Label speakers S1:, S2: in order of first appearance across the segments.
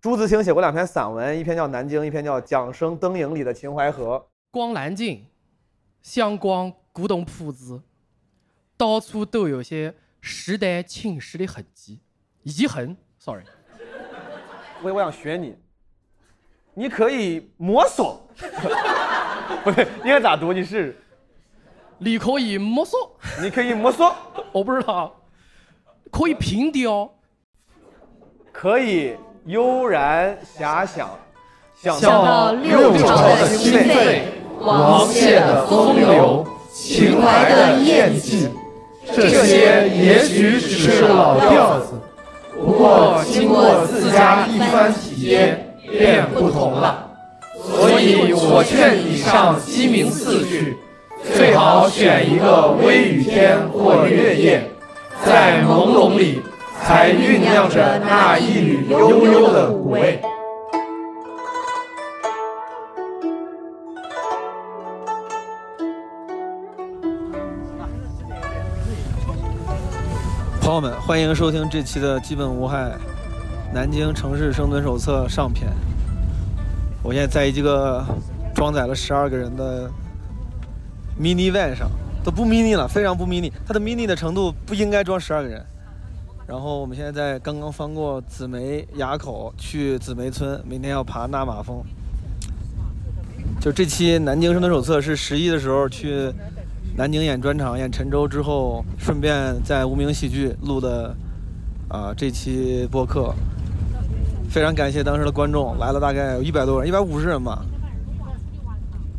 S1: 朱自清写过两篇散文，一篇叫《南京》，一篇叫《桨声灯影里的秦淮河》。
S2: 光南镜，相光古董铺子，到处都有些时代侵蚀的痕迹，遗痕。Sorry，
S1: 我我想学你，你可以摸索， 不对，应该咋读？你试试，
S2: 你可以摸索，
S1: 你可以摸索，
S2: 我不知道，可以凭吊，
S1: 可以悠然遐想，想
S2: 想
S1: 到
S2: 到
S3: 六朝的兴废，王谢的风流，秦淮的艳技，这些也许只是老调子，不过经过自家一番体验，便不同了。所以我劝你上鸡鸣寺去，最好选一个微雨天或月夜，在朦胧里才酝酿着那一缕悠悠的古味。
S4: 朋友们，欢迎收听这期的《基本无害南京城市生存手册》上篇。我现在在一个装载了十二个人的 mini van 上，都不 mini 了，非常不 mini。它的 mini 的程度不应该装十二个人。然后我们现在在刚刚翻过紫梅垭口，去紫梅村，明天要爬纳马峰。就这期《南京生存手册》是十一的时候去南京演专场，演陈州之后，顺便在无名喜剧录的啊、这期播客。非常感谢当时的观众，来了大概有一百多人，一百五十人吧。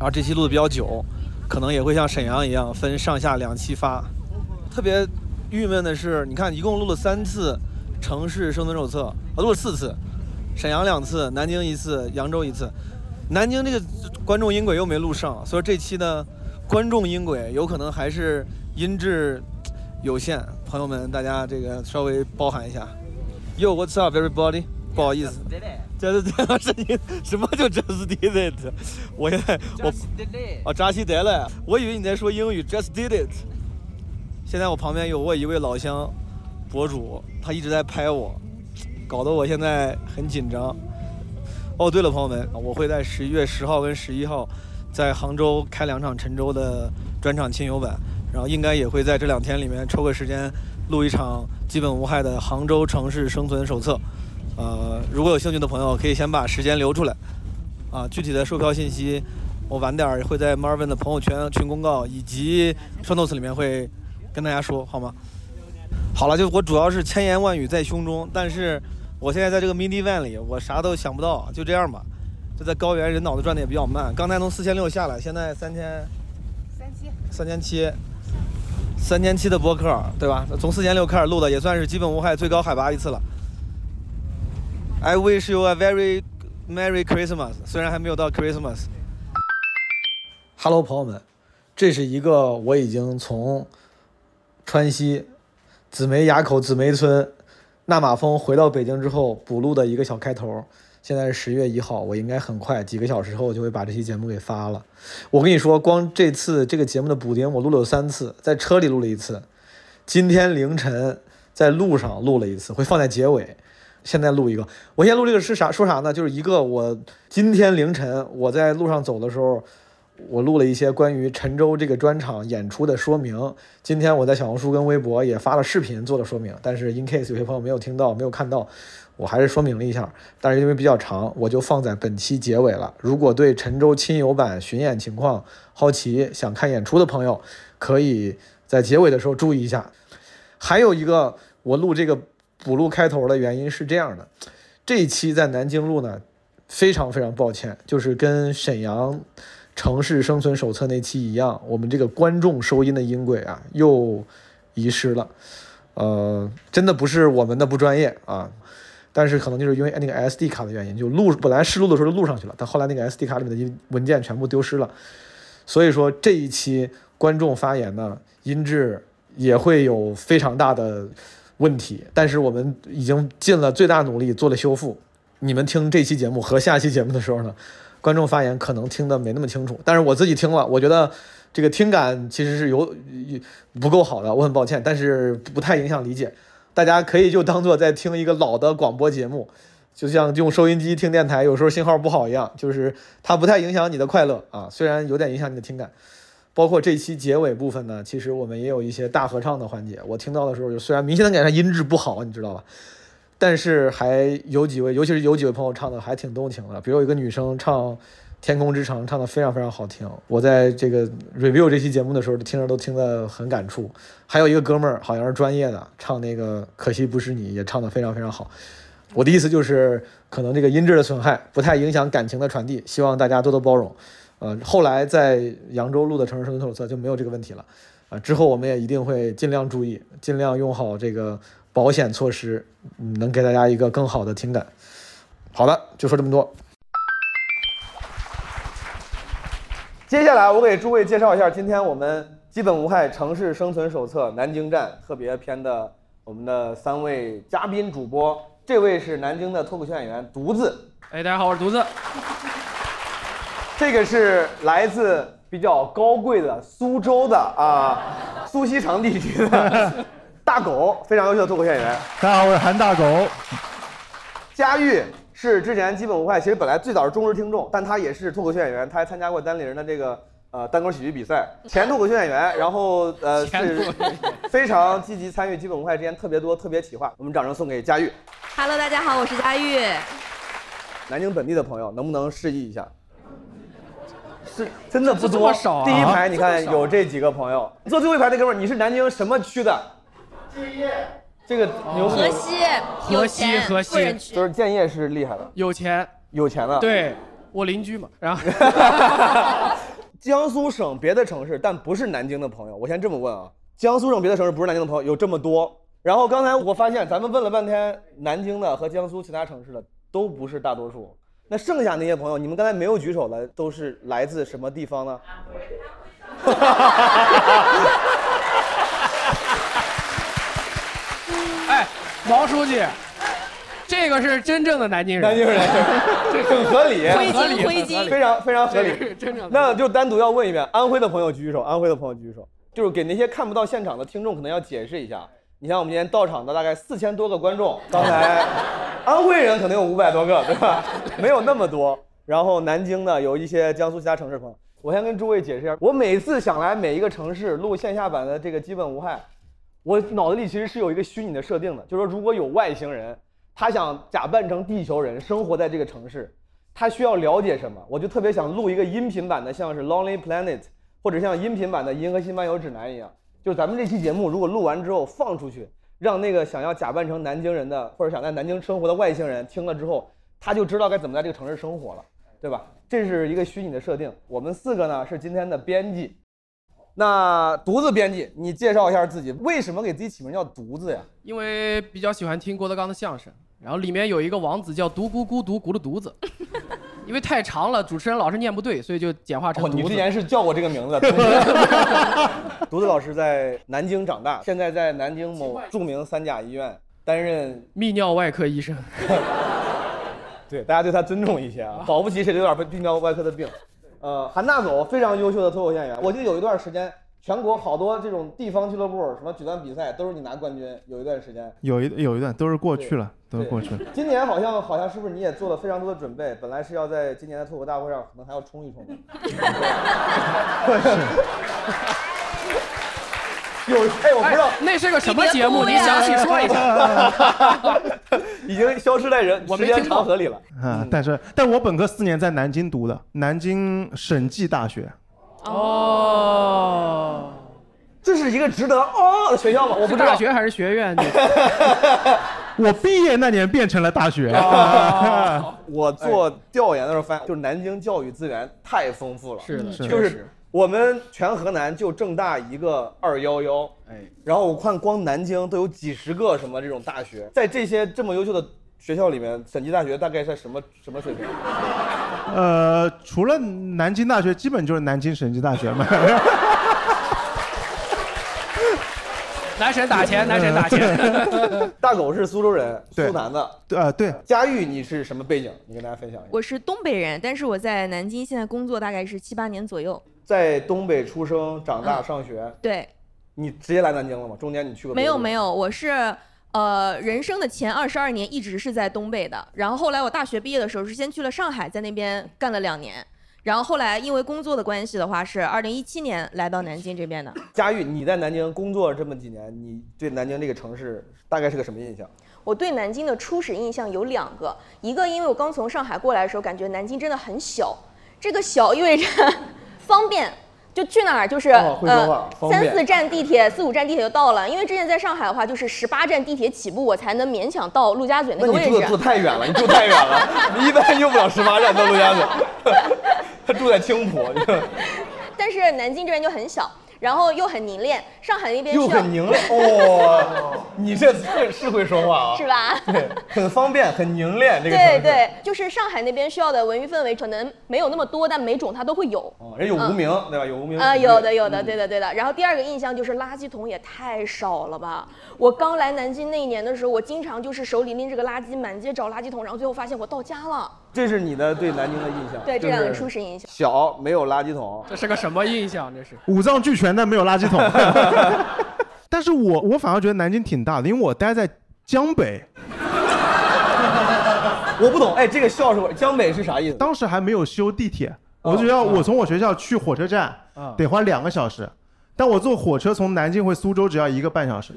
S4: 然后这期录的比较久，可能也会像沈阳一样分上下两期发。特别郁闷的是，你看一共录了三次《城市生存手册》，啊我录了四次，沈阳两次，南京一次，扬州一次。南京这个观众音轨又没录上，所以这期呢，观众音轨有可能还是音质有限，朋友们大家这个稍微包涵一下。Yo, what's up, everybody？不好意思，这是这样声音，什么叫 just did it？我现在我啊，扎西德勒，我以为你在说英语，just did it。现在我旁边有我一位老乡博主，他一直在拍我，搞得我现在很紧张。哦，对了，朋友们，我会在十一月十号跟十一号在杭州开两场陈州的专场亲友版，然后应该也会在这两天里面抽个时间录一场基本无害的杭州城市生存手册。呃，如果有兴趣的朋友，可以先把时间留出来。啊，具体的售票信息，我晚点儿会在 Marvin 的朋友圈群公告以及 show notes 里面会跟大家说，好吗？好了，就我主要是千言万语在胸中，但是我现在在这个 mini van 里，我啥都想不到，就这样吧。就在高原，人脑子转的也比较慢，刚才从四千六下来，现在三千
S5: 三七，
S4: 三千七，三千七的播客，对吧？从四千六开始录的，也算是基本无害最高海拔一次了。I wish you a very merry Christmas，虽然还没有到 Christmas。Hello，朋友们，这是一个我已经从川西紫梅垭口紫梅村纳马峰回到北京之后补录的一个小开头。现在是十月一号，我应该很快几个小时后就会把这期节目给发了。我跟你说，光这次这个节目的补丁，我录了有三次，在车里录了一次，今天凌晨在路上录了一次，会放在结尾。现在录一个，我现在录这个是啥？说啥呢？就是一个我今天凌晨我在路上走的时候，我录了一些关于陈州这个专场演出的说明。今天我在小红书跟微博也发了视频做了说明，但是 in case 有些朋友没有听到、没有看到，我还是说明了一下。但是因为比较长，我就放在本期结尾了。如果对陈州亲友版巡演情况好奇、想看演出的朋友，可以在结尾的时候注意一下。还有一个，我录这个补录开头的原因是这样的：这一期在南京录呢，非常非常抱歉，就是跟沈阳城市生存手册那期一样，我们这个观众收音的音轨啊又遗失了。呃，真的不是我们的不专业啊，但是可能就是因为那个 SD 卡的原因，就录本来试录的时候就录上去了，但后来那个 SD 卡里面的音文件全部丢失了，所以说这一期观众发言呢，音质也会有非常大的问题，但是我们已经尽了最大努力做了修复。你们听这期节目和下期节目的时候呢，观众发言可能听得没那么清楚，但是我自己听了，我觉得这个听感其实是有不够好的，我很抱歉，但是不太影响理解。大家可以就当做在听一个老的广播节目，就像用收音机听电台，有时候信号不好一样，就是它不太影响你的快乐啊，虽然有点影响你的听感。包括这期结尾部分呢，其实我们也有一些大合唱的环节。我听到的时候，就虽然明显的感觉它音质不好，你知道吧？但是还有几位，尤其是有几位朋友唱的还挺动情的，比如有一个女生唱《天空之城》，唱的非常非常好听。我在这个 review 这期节目的时候，听着都听得很感触。还有一个哥们儿好像是专业的，唱那个《可惜不是你》也唱的非常非常好。我的意思就是，可能这个音质的损害不太影响感情的传递，希望大家多多包容。呃，后来在扬州录的城市生存手册就没有这个问题了，啊、之后我们也一定会尽量注意，尽量用好这个保险措施，嗯能给大家一个更好的听感。好的，就说这么多。接下来我给诸位介绍一下今天我们《基本无害城市生存手册》南京站特别篇的呃我们的三位嘉宾主播，这位是南京的脱口秀演员独自
S2: 哎，大家好，我是独子。
S4: 这个是来自比较高贵的苏州的啊，苏锡常地区的大狗，非常优秀的脱口秀演员。
S6: 大家好，我是韩大狗。
S4: 佳玉是之前基本无害，其实本来最早是忠实听众，但他也是脱口秀演员，他还参加过单立人的这个呃单口喜剧比赛，前脱口秀演员，然后呃
S2: 前
S4: 是
S2: 脱口秀演
S4: 非常积极参与基本无害之间特别多特别企划，我们掌声送给佳玉。
S7: Hello，大家好，我是佳玉。
S4: 南京本地的朋友能不能示意一下？是真的不
S2: 这
S4: 多，
S2: 么少啊
S4: 第一排你看有这几个朋友，坐最后一排那哥们儿，你是南京什么区的？建业。这个牛
S7: 河
S4: 逼，
S7: 西，
S2: 哦河西
S7: 有钱
S2: 河西
S7: 富人
S4: 就
S7: 区。
S4: 是建业是厉害的，
S2: 有钱，
S4: 有钱的。，
S2: 对我邻居嘛，然后
S4: 江苏省别的城市，但不是南京的朋友，我先这么问啊，江苏省别的城市不是南京的朋友有这么多。然后刚才我发现咱们问了半天，南京的和江苏其他城市的都不是大多数。那剩下那些朋友，你们刚才没有举手的，都是来自什么地 方呢？
S2: 哎，毛书记，这个是真正的南京人，
S4: 南京人，这很合理，
S7: 灰
S2: 合理
S7: 烬，灰烬。
S4: 非常非常合
S2: 这
S4: 理。
S2: 是 真正的。
S4: 那就单独要问一遍，安徽的朋友举手，安徽的朋友举手，就是给那些看不到现场的听众可能要解释一下。你像我们今天到场的大概四千多个观众，刚才安徽人可能有五百多个，对吧？没有那么多。然后南京呢，有一些江苏其他城市朋友。我先跟诸位解释一下，我每次想来每一个城市录线下版的这个基本无害，我脑子里其实是有一个虚拟的设定的，就是说如果有外星人，他想假扮成地球人生活在这个城市，他需要了解什么？我就特别想录一个音频版的，像是《Lonely Planet》或者像音频版的《银河系漫游指南》一样，就是咱们这期节目如果录完之后放出去，让那个想要假扮成南京人的或者想在南京生活的外星人听了之后，他就知道该怎么在这个城市生活了，对吧？这是一个虚拟的设定。我们四个呢是今天的编辑，那独自编辑，你介绍一下自己，为什么给自己起名叫独自呀？
S2: 因为比较喜欢听郭德纲的相声，然后里面有一个王子叫独孤孤独咕噜犊子，因为太长了，主持人老是念不对，所以就简化成
S4: 哦，你
S2: 犊
S4: 之
S2: 子。
S4: 前是叫过这个名字的。独子老师在南京长大，现在在南京某著名三甲医院担任，
S2: 泌尿外科医生，
S4: 对大家对他尊重一些啊，保不齐谁就有点泌尿外科的病。呃，韩大狗非常优秀的脱口秀演员，我记得有一段时间，全国好多这种地方俱乐部什么举办比赛都是你拿冠军，有一段时间。
S6: 有一有一段都是过去了，都是过去了。
S4: 今年好像好像是不是你也做了非常多的准备？本来是要在今年的脱口大会上，可能还要冲一冲的。 有哎，我不知道
S2: 哎，那是个什么节目？
S7: 你
S2: 你
S7: 别哭呀
S2: 详细说一下。
S4: 已经消失在人
S2: 我
S4: 时
S2: 没
S4: 间
S2: 听过
S4: 长河里了。
S6: 啊，但是但我本科四年在南京读的，南京审计大学。
S2: 哦，
S4: 这是一个值得哦的学校吗？我
S2: 是
S4: 不知道
S2: 大。学还是学院？ 你
S6: 我毕业那年变成了大学。
S4: 啊我做调研的时候发现，就是南京教育资源太丰富了。
S7: 嗯
S2: 是的，
S6: 是
S4: 就是我们全河南就正大一个二幺幺，
S2: 哎，
S4: 然后我看光南京都有几十个什么这种大学，在这些这么优秀的学校里面，审计大学大概在什么什么水平？
S6: 呃，除了南京大学，基本就是南京审计大学嘛。
S2: 男神打钱，男神打钱。
S4: 大狗是苏州人，
S6: 对
S4: 苏南的。
S6: 对啊，对，
S4: 佳玉，你是什么背景？你跟大家分享一下。
S7: 我是东北人，但是我在南京现在工作大概是七八年左右。
S4: 在东北出生、长大、上学，
S7: 嗯对，
S4: 你直接来南京了吗？中间你去过？
S7: 没有没
S4: 有。
S7: 有，我是呃，人生的前二十二年一直是在东北的，然后后来我大学毕业的时候是先去了上海，在那边干了两年，然后后来因为工作的关系的话，是二零一七年来到南京这边的。
S4: 佳玉，你在南京工作这么几年，你对南京这个城市大概是个什么印象？
S7: 我对南京的初始印象有两个，一个因为我刚从上海过来的时候，感觉南京真的很小，这个小意味着 方便，就去哪儿就是、呃
S8: 哦会说话方
S7: 三
S8: 便
S7: 四站地铁、四五站地铁就到了。因为之前在上海的话，就是十八站地铁起步，我才能勉强到陆家嘴那
S4: 那
S7: 个
S4: 你
S7: 位
S4: 住的
S7: 置
S4: 住。太远了，你住太远了，你一般用不了十八站到陆家嘴。 他住在青浦，
S7: 但是南京这边就很小，然后又很凝练，上海那边
S4: 又
S7: 需要
S4: 很凝练哦。你这是是会说话啊，
S7: 是吧？
S4: 对，很方便，很凝练这 个城
S7: 对
S4: 市。
S7: 对，就是上海那边需要的文娱氛围可能没有那么多，但每种它都会有。嗯
S4: 哦，人有无名对吧？有嗯无名
S7: 啊、
S4: 喜剧
S7: 有的有的，对的对的。然后第二个印象就是垃圾桶也太少了吧！我刚来南京那一年的时候，我经常就是手里拎着个垃圾满街找垃圾桶，然后最后发现我到家了。
S4: 这是你的对南京的印象。
S7: 对，这
S4: 就
S7: 两个
S4: 是
S7: 初始印象。
S4: 小没有垃圾桶，
S2: 这是个什么印象？这是
S6: 五脏俱全但没有垃圾桶。 但是我我反而觉得南京挺大的，因为我待在江北，
S4: 我不懂。哎，这个笑是我江北是啥意思？哦
S6: 当时还没有修地铁，我就要我从我学校去火车站
S4: 嗯
S6: 得花两个小时，但我坐火车从南京回苏州只要一个半小时。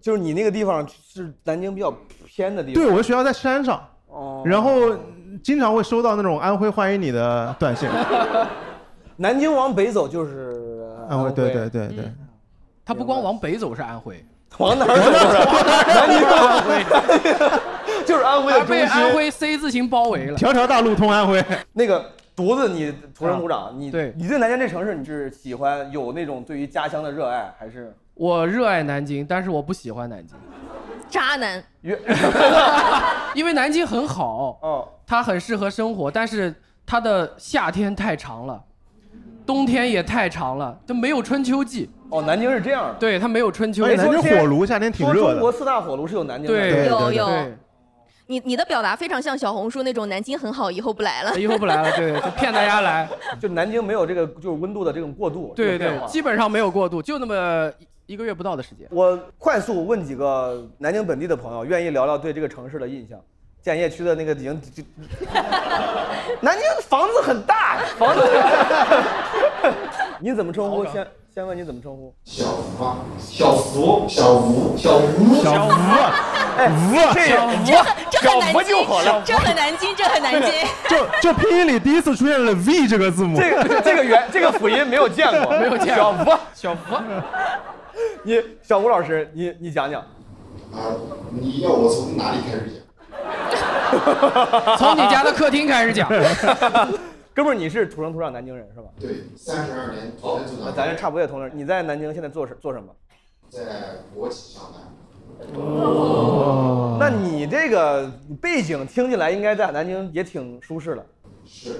S4: 就是你那个地方是南京比较偏的地方。
S6: 对，我的学校在山上，
S4: 哦，
S6: 然后经常会收到那种安徽欢迎你的短信。
S4: 南京往 北走就是嗯
S6: 安徽，嗯对对对对。
S2: 他不光往北走是安徽，
S4: 往哪儿走
S2: 啊
S4: 是南京往安徽， 就是安徽的
S2: 还
S4: 中
S2: 被安
S4: 心。
S2: 徽 C 字形包围了。
S6: 条条大路通安徽。
S4: 那个犊子，你土生土长，你
S2: 啊对
S4: 你对南京这城市，你是喜欢有那种对于家乡的热爱，还是
S2: 我热爱南京，但是我不喜欢南京，
S7: 渣男，
S4: 越
S2: 因为南京很好，
S4: 哦
S2: 它很适合生活，但是它的夏天太长了，冬天也太长了，它没有春秋季，
S4: 哦，南京是这样的。
S2: 对，它没有春秋
S4: 哎
S2: 季。
S4: 说
S6: 南京
S4: 现在
S6: 火炉夏天挺
S4: 说
S6: 热
S4: 中国
S6: 的，
S4: 四大火炉是有南京的。
S2: 对
S7: 有有
S2: 对，
S7: 你你的表达非常像小红书那种南京很好，以后不来了
S4: 哎
S2: 它。以后不来了，对，就骗大家来，
S4: 就南京没有这个就是温度的这种过渡。这
S2: 对
S4: 个变
S2: 对，
S4: 化
S2: 基本上没有过渡，就那么一个月不到的时间。
S4: 我快速问几个南京本地的朋友，愿意聊聊对这个城市的印象。建邺区的那个已经，就 南京房子很大，房子很大。 你怎么称呼？先先问你怎么称呼？
S8: 小福、小吴、小吴、
S6: 小吴啊，
S4: 这也
S7: 这很这很南
S4: 小福就好了
S7: 京，这很南京，这很南京。
S6: 就就拼音里第一次出现了 V 这个字母。
S4: 这个这个原这个辅音没有见过，没
S2: 有见过
S4: 小吴，
S2: 小福，
S4: 你小吴老师，你你讲讲，
S9: 啊，你要我从哪里开始讲？
S2: 从你家的客厅开始讲，
S4: 哥们儿，你是土生土长南京人是吧？
S9: 对，三十二年昨天就
S4: 那
S9: 拿
S4: 咱这差不多也同龄。你在南京现在做什做什么？
S9: 在国企上班，哦
S4: 那你这个背景听起来应该在南京也挺舒适的。
S9: 是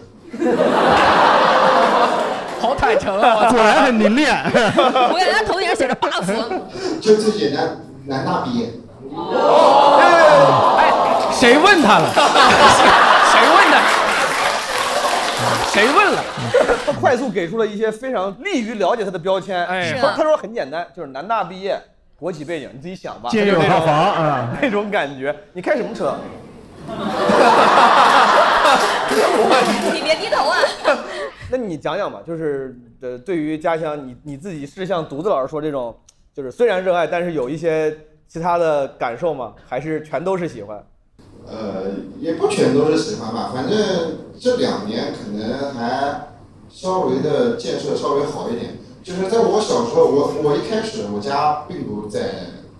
S2: 好坦诚啊！
S6: 果然很凝练，
S7: 我感觉他头顶上写着 buff，
S9: 就 最近南南大毕业，
S2: 谁问他 了？谁问的？谁问了？
S4: 他快速给出了一些非常利于了解他的标签。
S2: 哎
S4: 哎，
S7: 是
S4: 他说很简单，就是南大毕业，国企背景，你自己想吧。
S6: 借
S4: 就
S6: 有
S4: 是
S6: 套
S4: 那种
S6: 房啊，
S4: 那种感觉。你开什么车？
S7: 你别低头啊！
S4: 那你讲讲吧，就是呃，对于家乡，你你自己是像独子老师说这种，就是虽然热爱，但是有一些其他的感受吗？还是全都是喜欢？
S9: 呃，也不全都是喜欢吧，反正这两年可能还稍微的建设稍微好一点。就是在我小时候，我我一开始我家并不在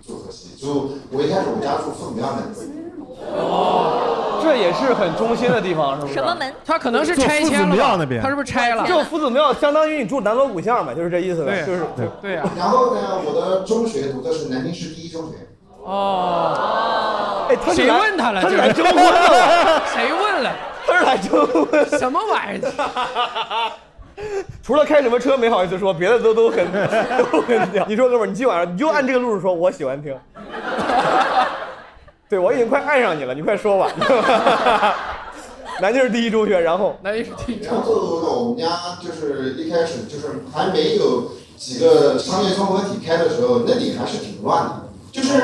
S9: 住河西，就我一开始我家住父母家门口，
S4: 这也是很中心的地方，是不是？
S7: 什么？门？
S2: 他可能是
S6: 做
S2: 拆
S6: 夫子
S2: 迁了吧
S6: 庙那边
S2: 他是不是拆了？
S4: 就夫子庙相当于你住南锣鼓巷嘛，就是这意思呗，
S2: 对
S4: 就是就
S2: 对啊呀、
S9: 然后呢，我的中学读的是南京市第一中学。
S2: 哦，
S4: 哎，他是
S2: 谁
S4: 来
S2: 问他了
S4: 他是
S2: 这
S3: 啊
S4: 来
S2: 是
S4: 征婚的，
S2: 谁问了？
S4: 他是来征婚。
S2: 什么玩意
S3: 啊
S2: 儿？
S4: 除了开什么车没好意思说，别的都都很 都很屌。你说哥们儿，你今晚上你就按这个路数说，我喜欢听。 对，我已经快爱上你了，你快说吧。 南京是第一中学，然后
S2: 那也是挺
S9: 然后做做做，我们家就是一开始就是还没有几个商业综合体开的时候，那里还是挺乱的。就是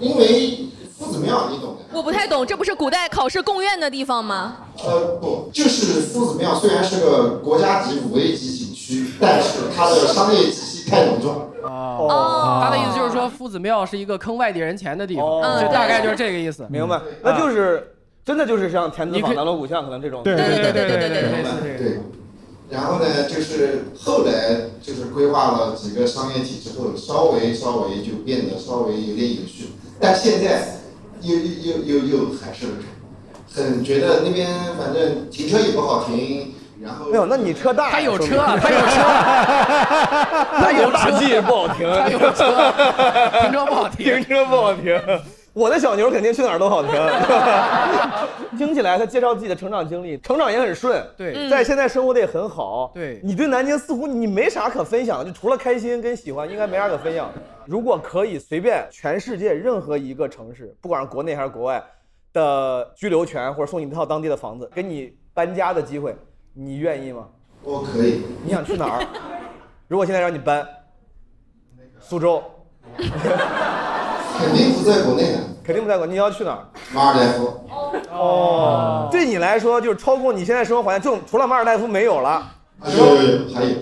S9: 因为不怎么样，你懂的。
S7: 我不太懂，这不是古代考试贡院的地方吗？
S9: 呃，不，就是夫子庙虽然是个国家级五 A 级景区，但是它的商业气息太浓重了。
S2: 哦，他的意思就是说，夫子庙是一个坑外地人钱的地
S4: 哦
S2: 方，
S4: 嗯
S2: 就大概就是这个意思。
S4: 明白？那就是真的就是像田子坊、南锣鼓巷可能这种。
S6: 对对
S2: 对对对
S9: 对对然后呢，就是后来就是规划了几个商业体制后，稍微稍微就变得稍微有点有序，但现在又又又又又还是很觉得那边反正停车也不好停，然后
S4: 没有，那你车大呀，
S2: 他有
S4: 说
S2: 车，
S4: 明
S2: 他有车，
S4: 他有大 G 不好停，
S2: 他有 车，停车不好停。
S4: 停车不好停。我的小牛肯定去哪儿都 好停。听起来他介绍自己的成长经历，成长也很顺，
S2: 对
S7: 嗯
S4: 在现在生活的也很好。
S2: 对
S4: 你对南京似乎你没啥可分享的，就除了开心跟喜欢，应该没啥可分享的。如果可以随便全世界任何一个城市，不管是国内还是国外的居留权，或者送你一套当地的房子，给你搬家的机会，你愿意吗？
S9: 我可以。
S4: 你想去哪 儿？如果现在让你搬，苏州
S9: 肯定不在国内的，啊
S4: 肯定不在管，你要去哪儿？哦
S9: 马尔代夫。
S3: 哦
S4: 对你来说，就是超过你现在生活环境，这种除了马尔代夫没有了。
S9: 啊，有有有，还有，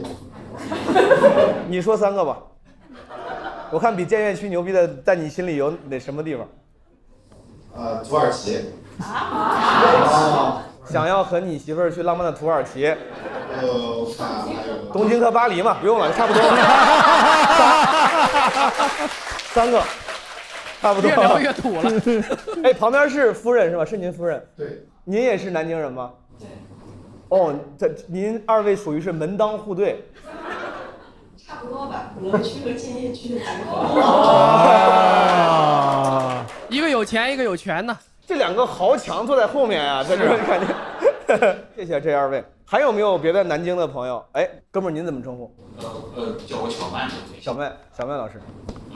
S4: 你说三个吧，我看比建院区牛逼的，在你心里有哪什么地方？
S9: 呃，土耳其。啊。
S4: 想要和你媳妇儿去浪漫的土耳其、
S9: 呃，我看 还有。
S4: 东京和巴黎嘛，不用了，差不多了。三个，差不多
S2: 越。聊越土了。
S4: 哎，旁边是夫人是吧？是您夫人，
S9: 对，
S4: 您也是南京人吗？对。哦，这您二位属于是门当户对。
S10: 差不多吧，可能区和建业区的结合。
S6: 啊，
S2: 一个有钱，一个有权呢。
S4: 这两个豪强坐在后面啊，在这儿感觉。 谢谢这二位，还有没有别的南京的朋友？哎，哥们儿，您怎么称呼？
S11: 呃呃，叫我小曼就可以。
S4: 小麦，小麦老师。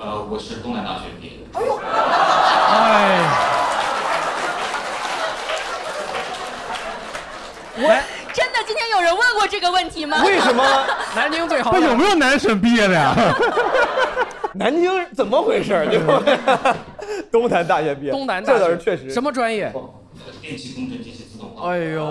S11: 呃，我是东南大学毕业的。
S6: 哎，
S7: 真的，今天有人问过这个问题吗？
S4: 为什 么
S2: 南京最好
S6: 那有
S2: 的。
S6: 没有男神毕业的呀？
S4: 南京怎么回事儿？ 对不对？东南大学毕业，
S2: 东南大学
S4: 这倒是确实。哦
S2: 什么专业？
S11: 呃，电气工程机械自动化。
S2: 哎呦，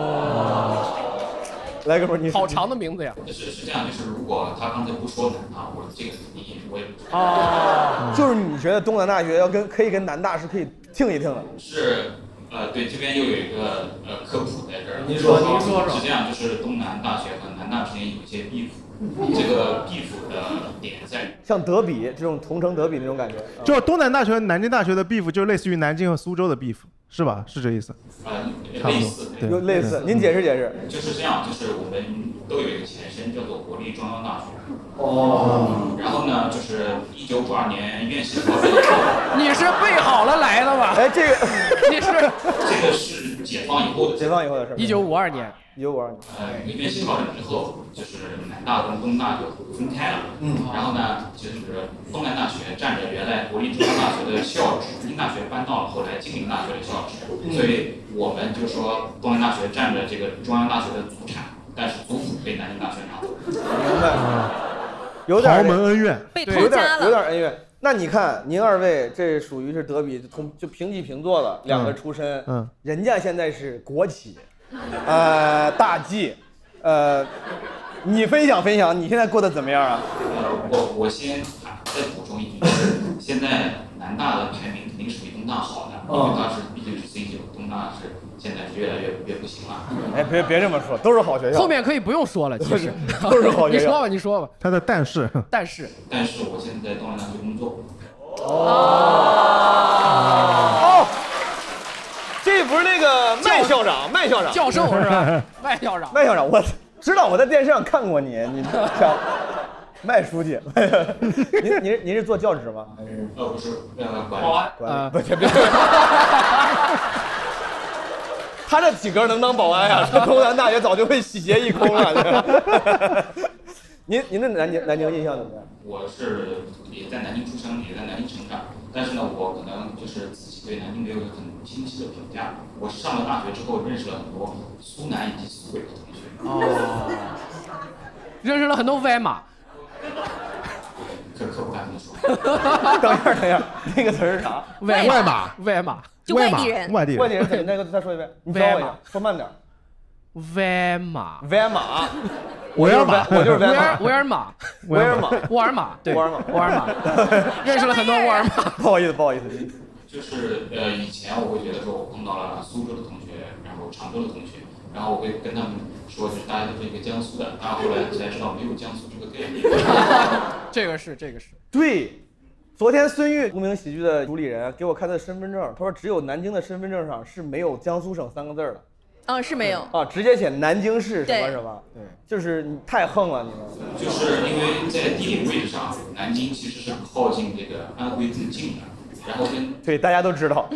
S4: 来，哥们儿，你
S2: 好。长的名字呀！
S11: 是是这样，就是如果他刚才不说啊，我这个第一我也不知道。
S2: 哦，
S4: 就是你觉得东南大学要跟可以跟南大是可以听一听的。
S11: 是，呃，对，这边又有一个呃科普在这儿。
S2: 您说您说说
S11: 是这样，就是东南大学和南大之间有一些壁虎，这个壁虎的点在于
S4: 像德比这种同城德比那种感觉，
S6: 就
S4: 就
S6: 是东南大学、南京大学的 beef，就类似于南京和苏州的 beef，是吧？是这意思？
S11: 呃
S6: 差不多
S11: 类似，
S6: 对
S4: 嗯有类似。您解释解释。
S11: 就是这样，就是我们都有一个前身叫做国立中央大学。哦。然后呢，就是一九五二年院士合并之后，
S2: 你是备好了来的吧？
S4: 哎，这个
S2: 你是
S11: 这个是解放以后的。
S4: 解放以后的事儿。嗯
S2: 一九五二年，
S4: 一九五二年。
S11: 呃，院士调整之后，就是南大跟东大就分开了。嗯。然后呢，就是东南大学占着原来国立中央大学的校址，北京大学搬到了后来金陵大学的校址，所以我们就说东南大学占着这个中央大学的祖产，但是族谱被南京大学拿走。
S4: 明白。有点
S6: 啊豪
S4: 儿
S6: 门恩怨，
S7: 被
S2: 对
S4: 有
S7: 偷
S4: 点
S7: 家了。
S4: 有点恩怨。那你看，您二位这属于是德比同就平起平坐了，两个出身，
S6: 嗯
S4: 人家现在是国企，呃，大 G，呃，你分享分享，你现在过得怎么样啊？
S11: 呃，我我先啊再补充一句，就是现在南大的排名肯定是比东大好
S4: 嗯
S11: 的，因为它是毕竟是 C 九，东大是现在是越来越越不行了。
S4: 哎，别别这么说，都是好学校。
S2: 后面可以不用说了。其实
S4: 都是好学
S2: 你
S4: 校
S2: 说吧，你说吧。
S6: 他的但是，
S2: 但是
S11: 但是我现在在东南大学工作，
S4: 哦，这不是那个麦校长，啊麦校长，
S2: 教授是吧？外校长，
S4: 麦校长，我知道我在电视上看过你，你想麦书记， 您您您是做教职吗？还是
S11: 呃，不是呃管理，
S4: 管
S2: 呃
S4: 理？不，别别。 他这体格能当保安呀、 这东南大学早就被洗劫一空了。 您您对南京南京印象怎么样？
S11: 我是也在南京出生，也在南京成长，但是呢，我可能就是自己对南京没有一个很清晰的评价。我是上了大学之后认识了很多苏南以及苏北的同学，
S2: 认识了很多歪马。
S11: 可可不敢这么说。
S4: 等一下，等一下，那个词儿是啥？
S2: 外
S6: 外码，
S2: 外码，
S7: 就外地人
S6: 外地
S4: 外
S6: 人
S4: 地人怎么？那个再说一遍，你教
S2: 外
S4: 我一
S2: 码
S4: 下，说慢点儿。
S2: 外码，
S4: 威尔玛，
S6: 我要把
S4: 我就是威
S2: 维
S4: 尔
S2: 尔
S4: 玛，
S2: 维尔玛，
S4: 威
S2: 沃尔
S4: 尔玛。
S2: 玛，对，
S4: 沃尔玛
S2: 沃尔玛，认识了很多沃尔玛。
S4: 不好意思，不好意思，
S11: 就是呃，以前我会觉得说，我碰到了苏州的同学，然后常州的同学，然后我会跟他们说，就是大家都是一个江苏的，然后后来才知道没有江苏这个概念。
S2: 这个是，这个是，
S4: 对，昨天孙玉无名喜剧的主理人啊给我看他的身份证，他说只有南京的身份证上是没有江苏省三个字儿的
S7: 嗯，是没有。
S4: 啊，直接写南京市什么
S7: 对
S4: 什么，对，就是你太横了，你们
S11: 就是因为在地理位置上，南京其实是靠近这个安徽更近的，然后跟
S4: 对大家都 知道，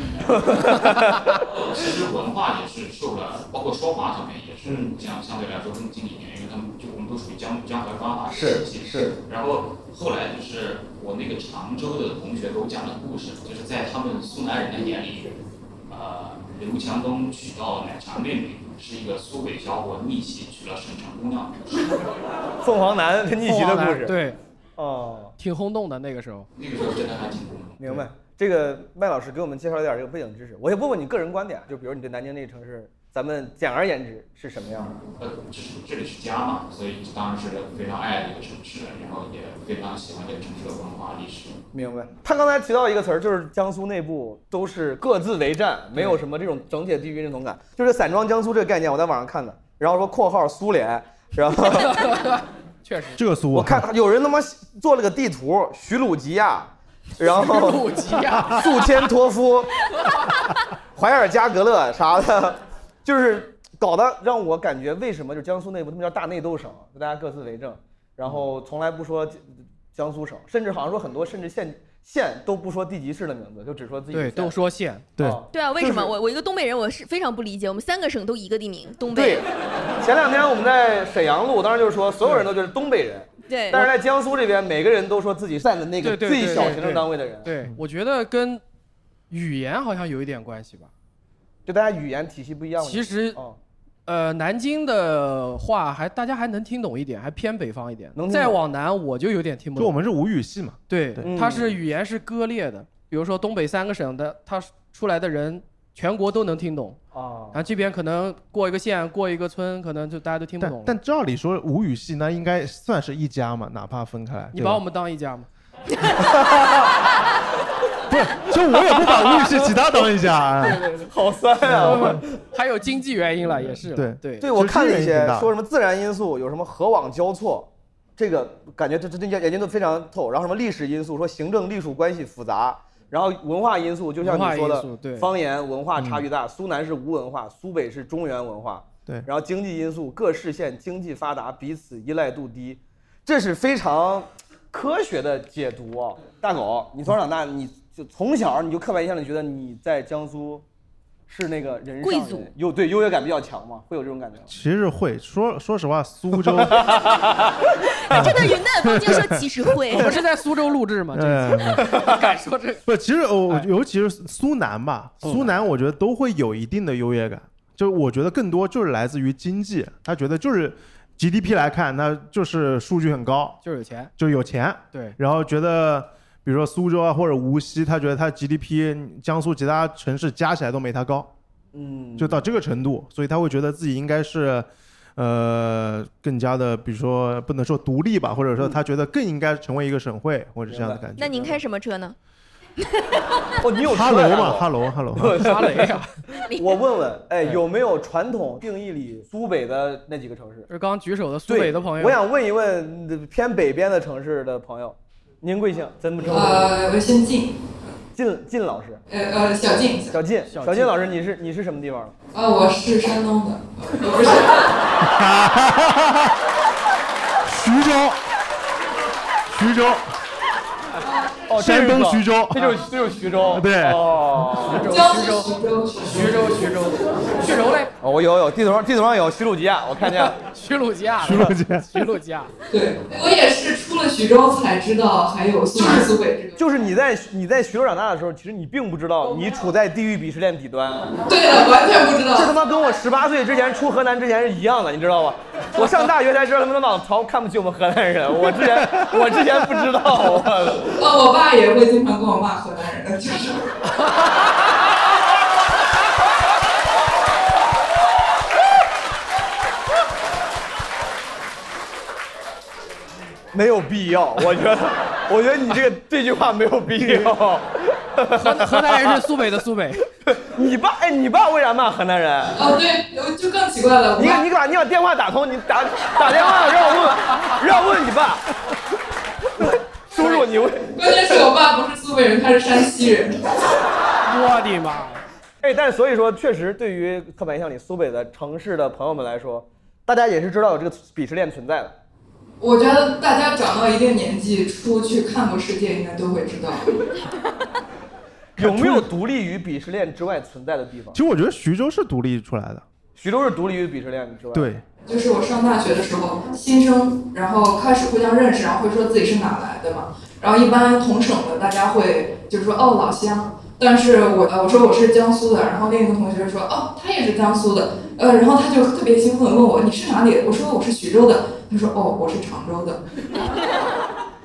S11: 其实文化也是受了，包括说法上面也是
S4: 嗯
S11: 相相对来说更近一点，因为他们就我们都属于江江淮官话体系。
S4: 是。
S11: 然后后来就是我那个常州的同学给我讲的故事，就是在他们苏南人的眼里，呃，刘强东娶到奶茶妹妹是一个苏北小伙逆袭娶了沈城姑娘。
S4: 凤凰男跟逆袭的故事，
S2: 对，
S4: 哦，
S2: 挺轰动的那个时候。
S11: 那个时候真的还挺轰动。
S4: 明白。这个麦老师给我们介绍了点这个背景知识，我也问问你个人观点，啊就比如你对南京这个城市，咱们简而言之是什么样的？
S11: 呃，就是这里是家嘛，所以当然是非常爱这个城市，然后也非常喜欢这个城市的文化历史。
S4: 明白。他刚才提到一个词儿，就是江苏内部都是各自为战，没有什么这种整体地域认同感。就是散装江苏这个概念，我在网上看的，然后说括号苏联，然后
S2: 确实，
S6: 这个苏啊
S4: 我看有人他妈做了个地图，徐鲁吉亚，然后
S2: 鲁吉 亚，
S4: 宿迁托夫、怀尔加格勒啥的，就是搞得让我感觉为什么就江苏内部他们叫大内斗省，就大家各自为政，然
S2: 嗯
S4: 后从来不说江江苏省，甚至好像说很多甚至县县都不说地级市的名字，就只说自己的
S2: 对，
S4: 县
S2: 都说县，
S6: 对
S4: 哦
S7: 对啊，为什么
S4: 就是
S7: 我我一个东北人，我是非常不理解，我们三个省都一个地名，东
S4: 对
S7: 北。，
S4: 前两天我们在沈阳路，当时就是说所有人都觉得东北人，
S7: 对
S4: 但是在江苏这边，每个人都说自己占的那个
S2: 对对
S4: 最
S2: 对
S4: 小
S2: 对
S4: 行政单位的人，
S2: 对，我觉得跟语言好像有一点关系吧。
S4: 就大家语言体系不一样。
S2: 其实，
S4: 哦，
S2: 呃，南京的话还大家还能听懂一点，还偏北方一点
S4: 能。听
S2: 再
S4: 懂
S2: 往南我就有点听不
S6: 就我
S2: 懂。
S6: 们是吴语系嘛，
S2: 对
S6: 对，
S2: 它
S4: 嗯
S2: 是语言是割裂的，比如说东北三个省的，它出来的人全国都能听懂，
S4: 啊
S2: 然，后这边可能过一个县过一个村，可能就大家都听不懂
S6: 但但
S2: 了。
S6: 照理说吴语系那应该算是一家嘛，哪怕分开来。
S2: 你
S6: 对
S2: 把
S6: 吧
S2: 我们当一家吗？
S6: 不是，就我也不把吴语系其他当一家 啊。
S4: 好酸啊！我
S2: 还有经济原因了，也是
S6: 对
S2: 对
S4: 对，我看了一
S6: 就是这个原因
S4: 些
S6: 挺大
S4: 说什么自然因素，有什么河网交错，这个感觉这这这研研究的非常透。然后什么历史因素，说行政隶属关系复杂，然后文化因素，就像
S2: 文
S4: 你
S2: 化
S4: 说
S2: 因素
S4: 的
S2: 对嗯
S4: 方言文化差距大，苏南是无文化，苏北是中原文化。
S6: 对
S4: 然后经济因素，各市县经济发达，彼此依赖度低，这是非常科学的解读啊。大狗，你从小长大，你就从小你就刻板印象里觉得你在江苏是那个人上
S7: 贵
S4: 人
S7: 族
S4: 优对优越感比较强吗？会有这种感觉吗？
S6: 其实会说，说实 话，苏州，
S2: 哦
S7: 真的云淡风轻说其实会
S2: 我。们是在苏州录制嘛，这
S6: 嗯，
S2: 次敢说这
S6: 不，其实哦我
S2: 哎
S6: 尤其是苏南吧，苏南我觉得都会有一定的优越感，就是我觉得更多就是来自于经济，他觉得就是 GDP 来看，那就是数据很高，
S2: 就是有钱，
S6: 就是有钱，
S2: 对，
S6: 然后觉得比如说苏州啊或者无锡，他觉得他 GDP 江苏其他城市加起来都没他高，
S4: 嗯，
S6: 就到这个程度，所以他会觉得自己应该是。呃，更加的，比如说不能说独立吧，或者说他觉得更应该成为一个省会或者这样的
S4: 明白
S6: 感觉。
S7: 那您开什么车呢？
S4: 哦，你有
S6: 哈
S4: 车
S6: 喽
S4: 呀
S6: 嘛，哈
S4: 大
S6: 喽 哈喽，
S4: 狗
S2: 沙雷啊，
S4: 我问问，哎，有没有传统定义里苏北的那几个城市？
S2: 是刚刚举手的苏
S4: 对
S2: 北的朋友，
S4: 我想问一问呃偏北边的城市的朋友，您贵姓？怎么称呼？
S10: 啊呃，先进，
S4: 靳靳老师，
S10: 呃呃，小静，小
S4: 小靳，
S2: 小
S4: 小靳
S2: 靳
S4: 老师，你是你是什么地方的？
S10: 啊，我是山东的，呃不是，
S6: 徐州，徐州，
S4: 哦，
S6: 山东徐
S4: 州，
S6: 州，
S4: 这就是这就是徐州。
S6: 对
S4: 哦，
S10: 江苏徐州，
S2: 徐州，徐州，徐州嘞，
S4: 哦我有有地图上地图上有徐鲁吉亚，我看见了。
S2: 徐鲁吉亚，
S6: 徐州街。
S2: 徐鲁吉亚，
S10: 对，我也是出了徐州才知道还有苏南苏北这个。嗯
S4: 就是你在你在徐州长大的时候，其实你并不知道你处在地域鄙视链底端。啊
S10: 对的，完全不知
S4: 这他
S10: 道。
S4: 妈跟我十八岁之前出河南之前是一样的，你知道吧？我上大学才知道他们的老曹看不起我们河南人，我之前我之前不知道。啊
S10: 呃，我爸也会经常跟我骂河南人，就是。
S4: 没有必要，我觉得，我觉得你这个这句话没有必要。河
S2: 河南人是苏北的苏北。
S4: 你爸哎，你爸为啥骂河南人？啊
S10: 哦，对，我就更奇怪了。我
S4: 你
S10: 爸
S4: 你把你把电话打通，你打打电话让我问，让我问你 爸。叔叔，你问。
S10: 关键是我爸不是苏北人，他是山西人。
S2: 我的妈！
S4: 哎，但是所以说，确实对于刻板印象里苏北的城市的朋友们来说，大家也是知道有这个鄙视链存在的。
S10: 我觉得大家长到一定年纪，出去看过世界，应该都会知道。
S2: 哎
S4: 有没有独立于鄙视链之外存在的地方
S6: 其？实我觉得徐州是独立出来的，
S4: 徐州是独立于鄙视链之外。
S6: 对，
S10: 就是我上大学的时候，新生，然后开始互相认识，然后会说自己是哪来的嘛。然后一般同省的大家会就是说哦老乡，但是我呃我说我是江苏的，然后另一个同学说哦他也是江苏的，呃然后他就特别兴奋地问我你是哪里的？我说我是徐州的，他说哦我是常州的，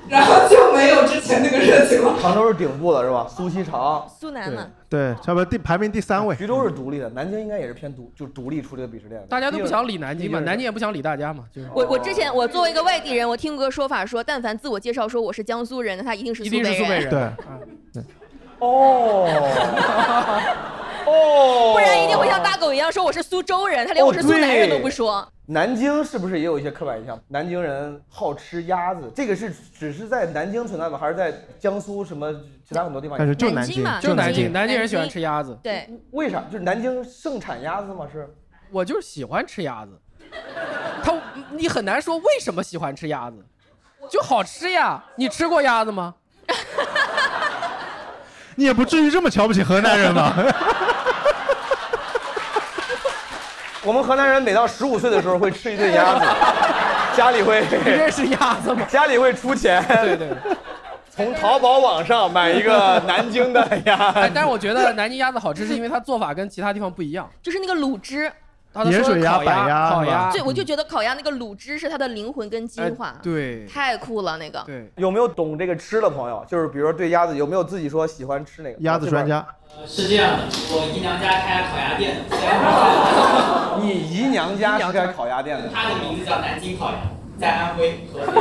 S10: 然后就没有之前那个热情了。
S4: 常州是顶部的是吧？苏锡常。
S7: 苏南嘛，
S6: 对，差不多第排名第三位。
S4: 徐州是独立的，南京应该也是偏独，就独立出这个鄙视链的。
S2: 大家都不想理南京嘛，
S4: 毕竟是
S2: 南京也不想理大家嘛，就是
S7: 我我之前我作为一个外地人，我听过个说法说，但凡自我介绍说我是江苏人，那他一定是
S2: 一
S7: 苏
S2: 定是苏北
S7: 人，
S2: 人。
S6: 对
S2: 啊
S4: 哦哦，
S7: 不然一定会像大狗一样说我是苏州人，他连我是苏南人都不
S2: 哦
S7: 说。
S4: 南京是不是也有一些刻板印象？南京人好吃鸭子，这个是只是在南京存在吗？还是在江苏什么其他很多地方也
S6: 但
S4: 有？
S6: 是就
S7: 南
S6: 南
S7: 京
S6: 京
S7: 嘛，
S2: 就南
S7: 京
S2: 京，南京人喜欢吃鸭子，
S7: 对，
S4: 为啥？就是南京盛产鸭子吗？是？
S2: 我就是喜欢吃鸭子。他，你很难说为什么喜欢吃鸭子，就好吃呀。你吃过鸭子吗？
S6: 你也不至于这么瞧不起河南人吧？
S4: 我们河南人每到十五岁的时候会吃一顿 鸭子，家里会？
S2: 你认识鸭子吗
S4: 家里会出钱，
S2: 对对。对
S4: 从淘宝网上买 一个南京的鸭
S2: 哎，
S4: 子。
S2: 但是我觉得南京鸭子好吃，是因为它做法跟其他地方不一样。
S7: 就是那个卤汁，
S2: 它的
S6: 盐水鸭
S2: 烤
S6: 板鸭
S2: 烤
S6: 是吧
S2: 鸭，
S7: 对，我就觉得烤鸭那个卤汁是它的灵魂跟
S2: 哎
S7: 精华，，
S2: 对
S7: 太酷了那个。
S2: 对，
S4: 呃有没有懂这个吃的朋友？就是比如说对鸭子，有没有自己说喜欢吃哪个
S6: 鸭子专？家，
S11: 是这样的，我姨娘家开烤鸭店，在安徽，
S4: 你姨娘家是开烤鸭店的，
S11: 她的名字叫南京烤鸭，在安徽合肥。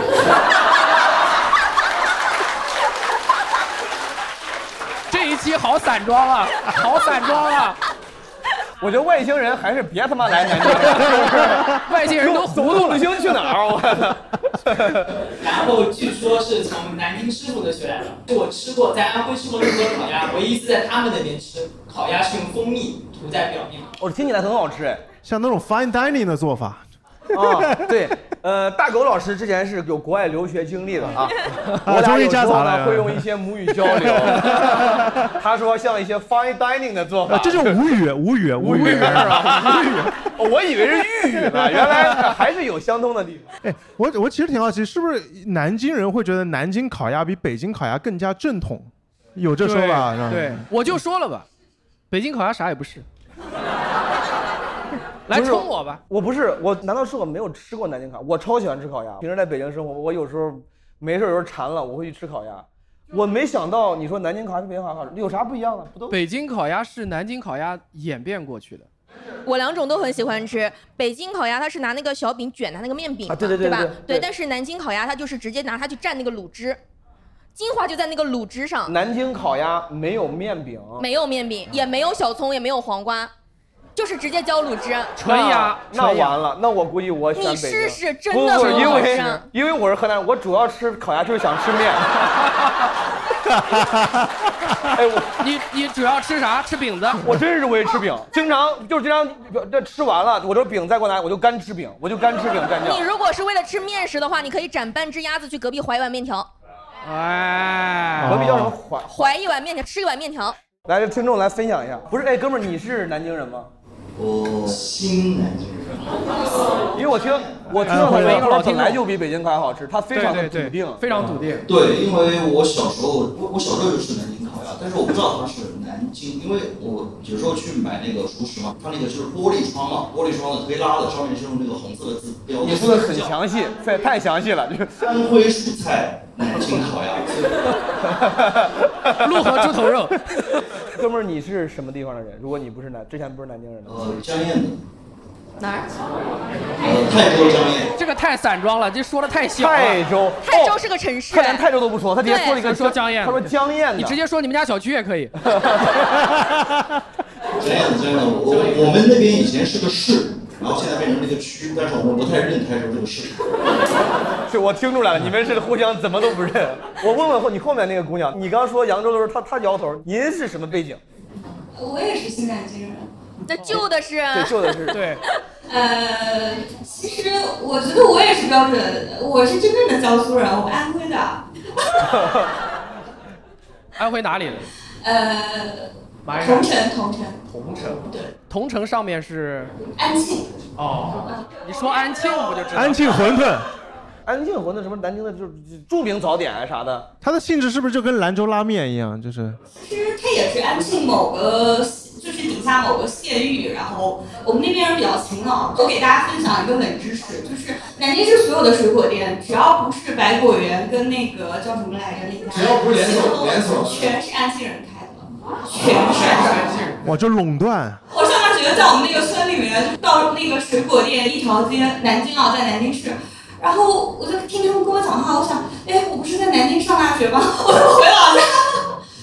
S2: 这一期好散装啊，好散装啊！
S4: 我觉得外星人还是别他妈来南京了，
S2: 外星人都糊涂了
S4: 走。星去哪儿？ 我
S11: 然后据说是从南京师傅那学来的。我吃过，在安徽吃过那么多烤鸭，唯一一次在他们那边吃烤鸭是用蜂蜜涂在表面。
S4: 我听起来很好吃哎。
S6: 像那种 fine dining 的做法，哦
S4: 啊， 对，呃，大狗老师之前是有国外留学 经历的啊，我俩
S6: 终于
S4: 有时
S6: 夹
S4: 候
S6: 杂
S4: 呢
S6: 了
S4: 会用一些母语交流。他说像一些 fine dining 的做法，
S6: 啊，这就无语，无语，无语。
S2: 啊
S4: 哦我以为是粤语呢，原来还是有相通的地方。
S6: 哎，我我其实挺好奇，是不是南京人会觉得南京烤鸭比北京烤鸭更加正统？有这说法是吧？
S2: 对，我就说了吧，北京烤鸭啥也不 是。来
S4: 不是
S2: 冲我吧，
S4: 我不是，我难道是我没有吃过南京烤？我超喜欢吃烤鸭。平时在北京生活，我有时候没事儿有时候馋了，我会去吃烤鸭。我没想到你说南京烤鸭跟北京烤鸭好吃，有啥不一样啊呢？不都
S2: 北京烤鸭是南京烤鸭演变过去的。
S7: 我两种都很喜欢吃。北京烤鸭它是拿那个小饼卷它那个面饼嘛，
S4: 啊对对对
S7: 吧
S4: 对对对
S7: 但是南京烤鸭它就是直接拿它去蘸那个卤汁，精华就在那个卤汁上，
S4: 南京烤鸭没有面饼，
S7: 没有面
S4: 啊
S7: 饼，也没有小葱，也没有黄瓜，就是直接浇卤汁。
S2: 纯鸭，
S4: 那
S2: 纯鸭
S4: 完了，那我估计我选
S7: 你
S4: 北京。
S7: 试试，真
S4: 啊
S7: 的
S4: 不不，
S7: 很
S4: 因
S7: 好
S4: 为
S7: 吃。
S4: 因为我是河南人，我主要吃烤鸭就是想吃面。 哎， 我
S2: 你你主要吃啥？吃饼子。
S4: 我真是容易吃饼，经常就是经常这吃完了，我这饼再给我拿，我就干吃饼，我就干吃饼蘸
S7: 你
S4: 酱。
S7: 如果是为了吃面食的话，你可以斩半只鸭子去隔壁怀一碗面条，
S2: 哎，
S4: 隔壁叫什么淮？
S7: 怀一碗面条，吃一碗面条。
S4: 来，这听众来分享一下。不是，哎，哥们儿，你是南京人吗？
S11: 我新南京人，
S4: 因为我听我听
S2: 嗯
S4: 到他说，他说本来就比北京烤鸭好吃，他非
S2: 对
S4: 常
S2: 对
S4: 的笃
S2: 对
S4: 定。，
S2: 非常笃定。
S11: 对，因为我小时候我我小时候就吃南京烤鸭，但是我不知道它是南进，因为我有时候去买那个熟食嘛，它那个就是玻璃窗嘛，玻璃窗的可以拉的，上面是用那个红色的字标。
S4: 你说的很详细，太太详细了。
S11: 安徽蔬菜南京烤鸭，
S2: 陆河猪头肉。
S4: 哥们儿，你是什么地方的人？如果你不是南，之前不是南京人的话，
S11: 呃，江堰的。
S7: 哪儿？
S11: 呃，泰州江堰。
S2: 这个太散装了，这说的太小了。
S4: 泰州，
S7: 泰州是个城市
S4: 他，连泰州都不说，他直接
S7: 对
S4: 说了一个
S2: 说江堰
S4: 他说江堰的，
S2: 你直接说你们家小区也 可以。
S11: 这样子，这样子，我我们那边以前是个市，然后现在变成了一个区，但是我们不太认泰州这个市。
S4: 是我听出来了，啊你们是互相怎么都不认。我问问后你后面那个姑娘，你刚说扬州的时候，她她摇头，您是什么背景？
S12: 我也是新南京人。
S7: 那旧的是
S4: 对，就的是
S2: 对，
S12: 呃，其实我觉得我也是标准，我是真正的江苏人，我安徽的。
S2: 安徽哪里的？
S12: 呃，
S2: 马
S12: 同城，同城，
S2: 桐城。
S12: 对，
S2: 桐城上面是
S12: 安庆。
S2: 哦，你说安庆不就知道？
S6: 安庆馄饨，
S4: 安庆馄饨，什么南京的就是著名早点啊啥的，
S6: 它的性质是不是就跟兰州拉面一样？就是
S12: 其实它也是安庆某个，就是底下某个县域。然后我们那边人比较勤劳，我给大家分享一个冷知识，就是南京市所有的水果店，只要不是百果园跟那个叫什么来着那家，
S9: 只要哦不是连锁连锁
S12: 全是安庆人开的，全是安庆人。
S6: 哇，就垄断，
S12: 我上大学在我们那个村里面，就到那个水果店一条街，南京啊，在南京市。然后我就听他们跟我讲话，我想，哎，我不是在南京上大学吗？ 我就回老家，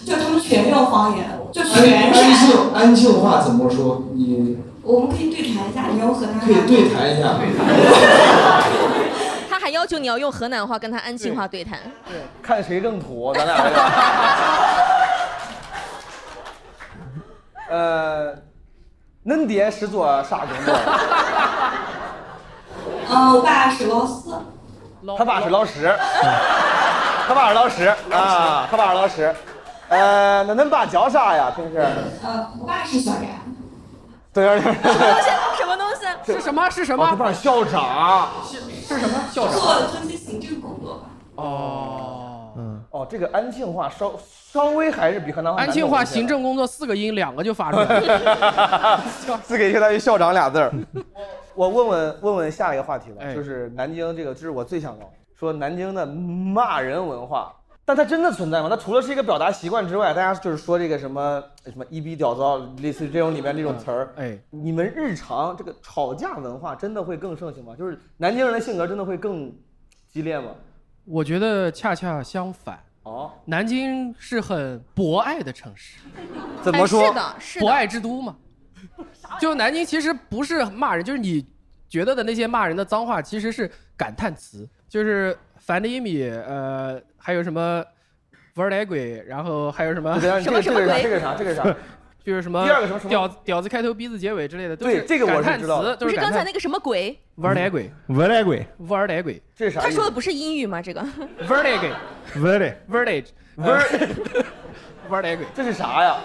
S12: 就他们全用方言，就全
S9: 安
S12: 是
S9: 安
S12: 安
S9: 庆安庆话怎么说？你
S12: 我们可以对谈一下，你用河南话。
S9: 可以对谈一下。
S7: 他还要求你要用河南话跟他安庆话对谈。
S4: 看谁更土，啊咱俩这个。呃，恁爹是做啥工作的？
S12: 嗯，我爸是老师，
S4: 他爸是老师，他爸是老师啊，他爸是老师。呃，那恁爸叫啥呀？平时？
S12: 呃，我爸是小然，
S4: 对呀、啊，
S7: 什么东西？什么东西？
S2: 是什么？是什
S4: 哦他
S2: 么？
S4: 爸是校长。
S2: 啊是什么？校长。
S12: 做中期行政工作吧。
S2: 哦。
S6: 嗯，
S4: 哦，这个安庆话稍稍微还是比河南话难
S2: 安
S4: 懂一些。
S2: 庆话行政工作四个音，两个就发出来了。
S4: 四个相当于校长俩字儿。我问问问问下一个话题吧，
S2: 哎
S4: 就是南京这个，这是我最想聊，说南京的骂人文化，但它真的存在吗？它除了是一个表达习惯之外，大家就是说这个什么什么一逼屌糟，类似于这种里面这种词儿。
S2: 哎，
S4: 你们日常这个吵架文化真的会更盛行吗？就是南京人的性格真的会更激烈吗？
S2: 我觉得恰恰相反，
S4: 哦，
S2: 南京是很博爱的城市，
S4: 怎么
S7: 哎是
S4: 说？
S7: 的，是
S2: 博
S7: 的。
S2: 爱之都嘛。就南京其实不是骂人，就是你觉得的那些骂人的脏话，其实是感叹词，就是凡的一米，呃，还有什么玩儿来鬼，然后还有什么
S4: 对等一下
S7: 什么
S4: 这
S7: 什么
S4: 个
S7: 鬼
S4: 这个是啥？这个是啥？这个是啥？
S2: 就是什么
S4: 第二个什么什么
S2: 屌屌子开头，逼字结尾之类的，都
S4: 对
S2: 是
S4: 这个我是
S2: 感叹
S4: 知道的
S7: 不
S2: 词，都
S7: 是
S2: 感
S7: 刚才
S2: 叹
S7: 那个什么鬼？
S2: 玩儿来鬼，
S6: v e r y g
S2: 玩儿来鬼
S4: 这是啥意
S7: 他
S4: 思？
S7: 说的不是英语吗？这 个
S2: 玩儿来鬼
S6: v e r y
S2: ，village
S4: 不是，
S2: 玩儿来鬼，
S4: 这是啥呀？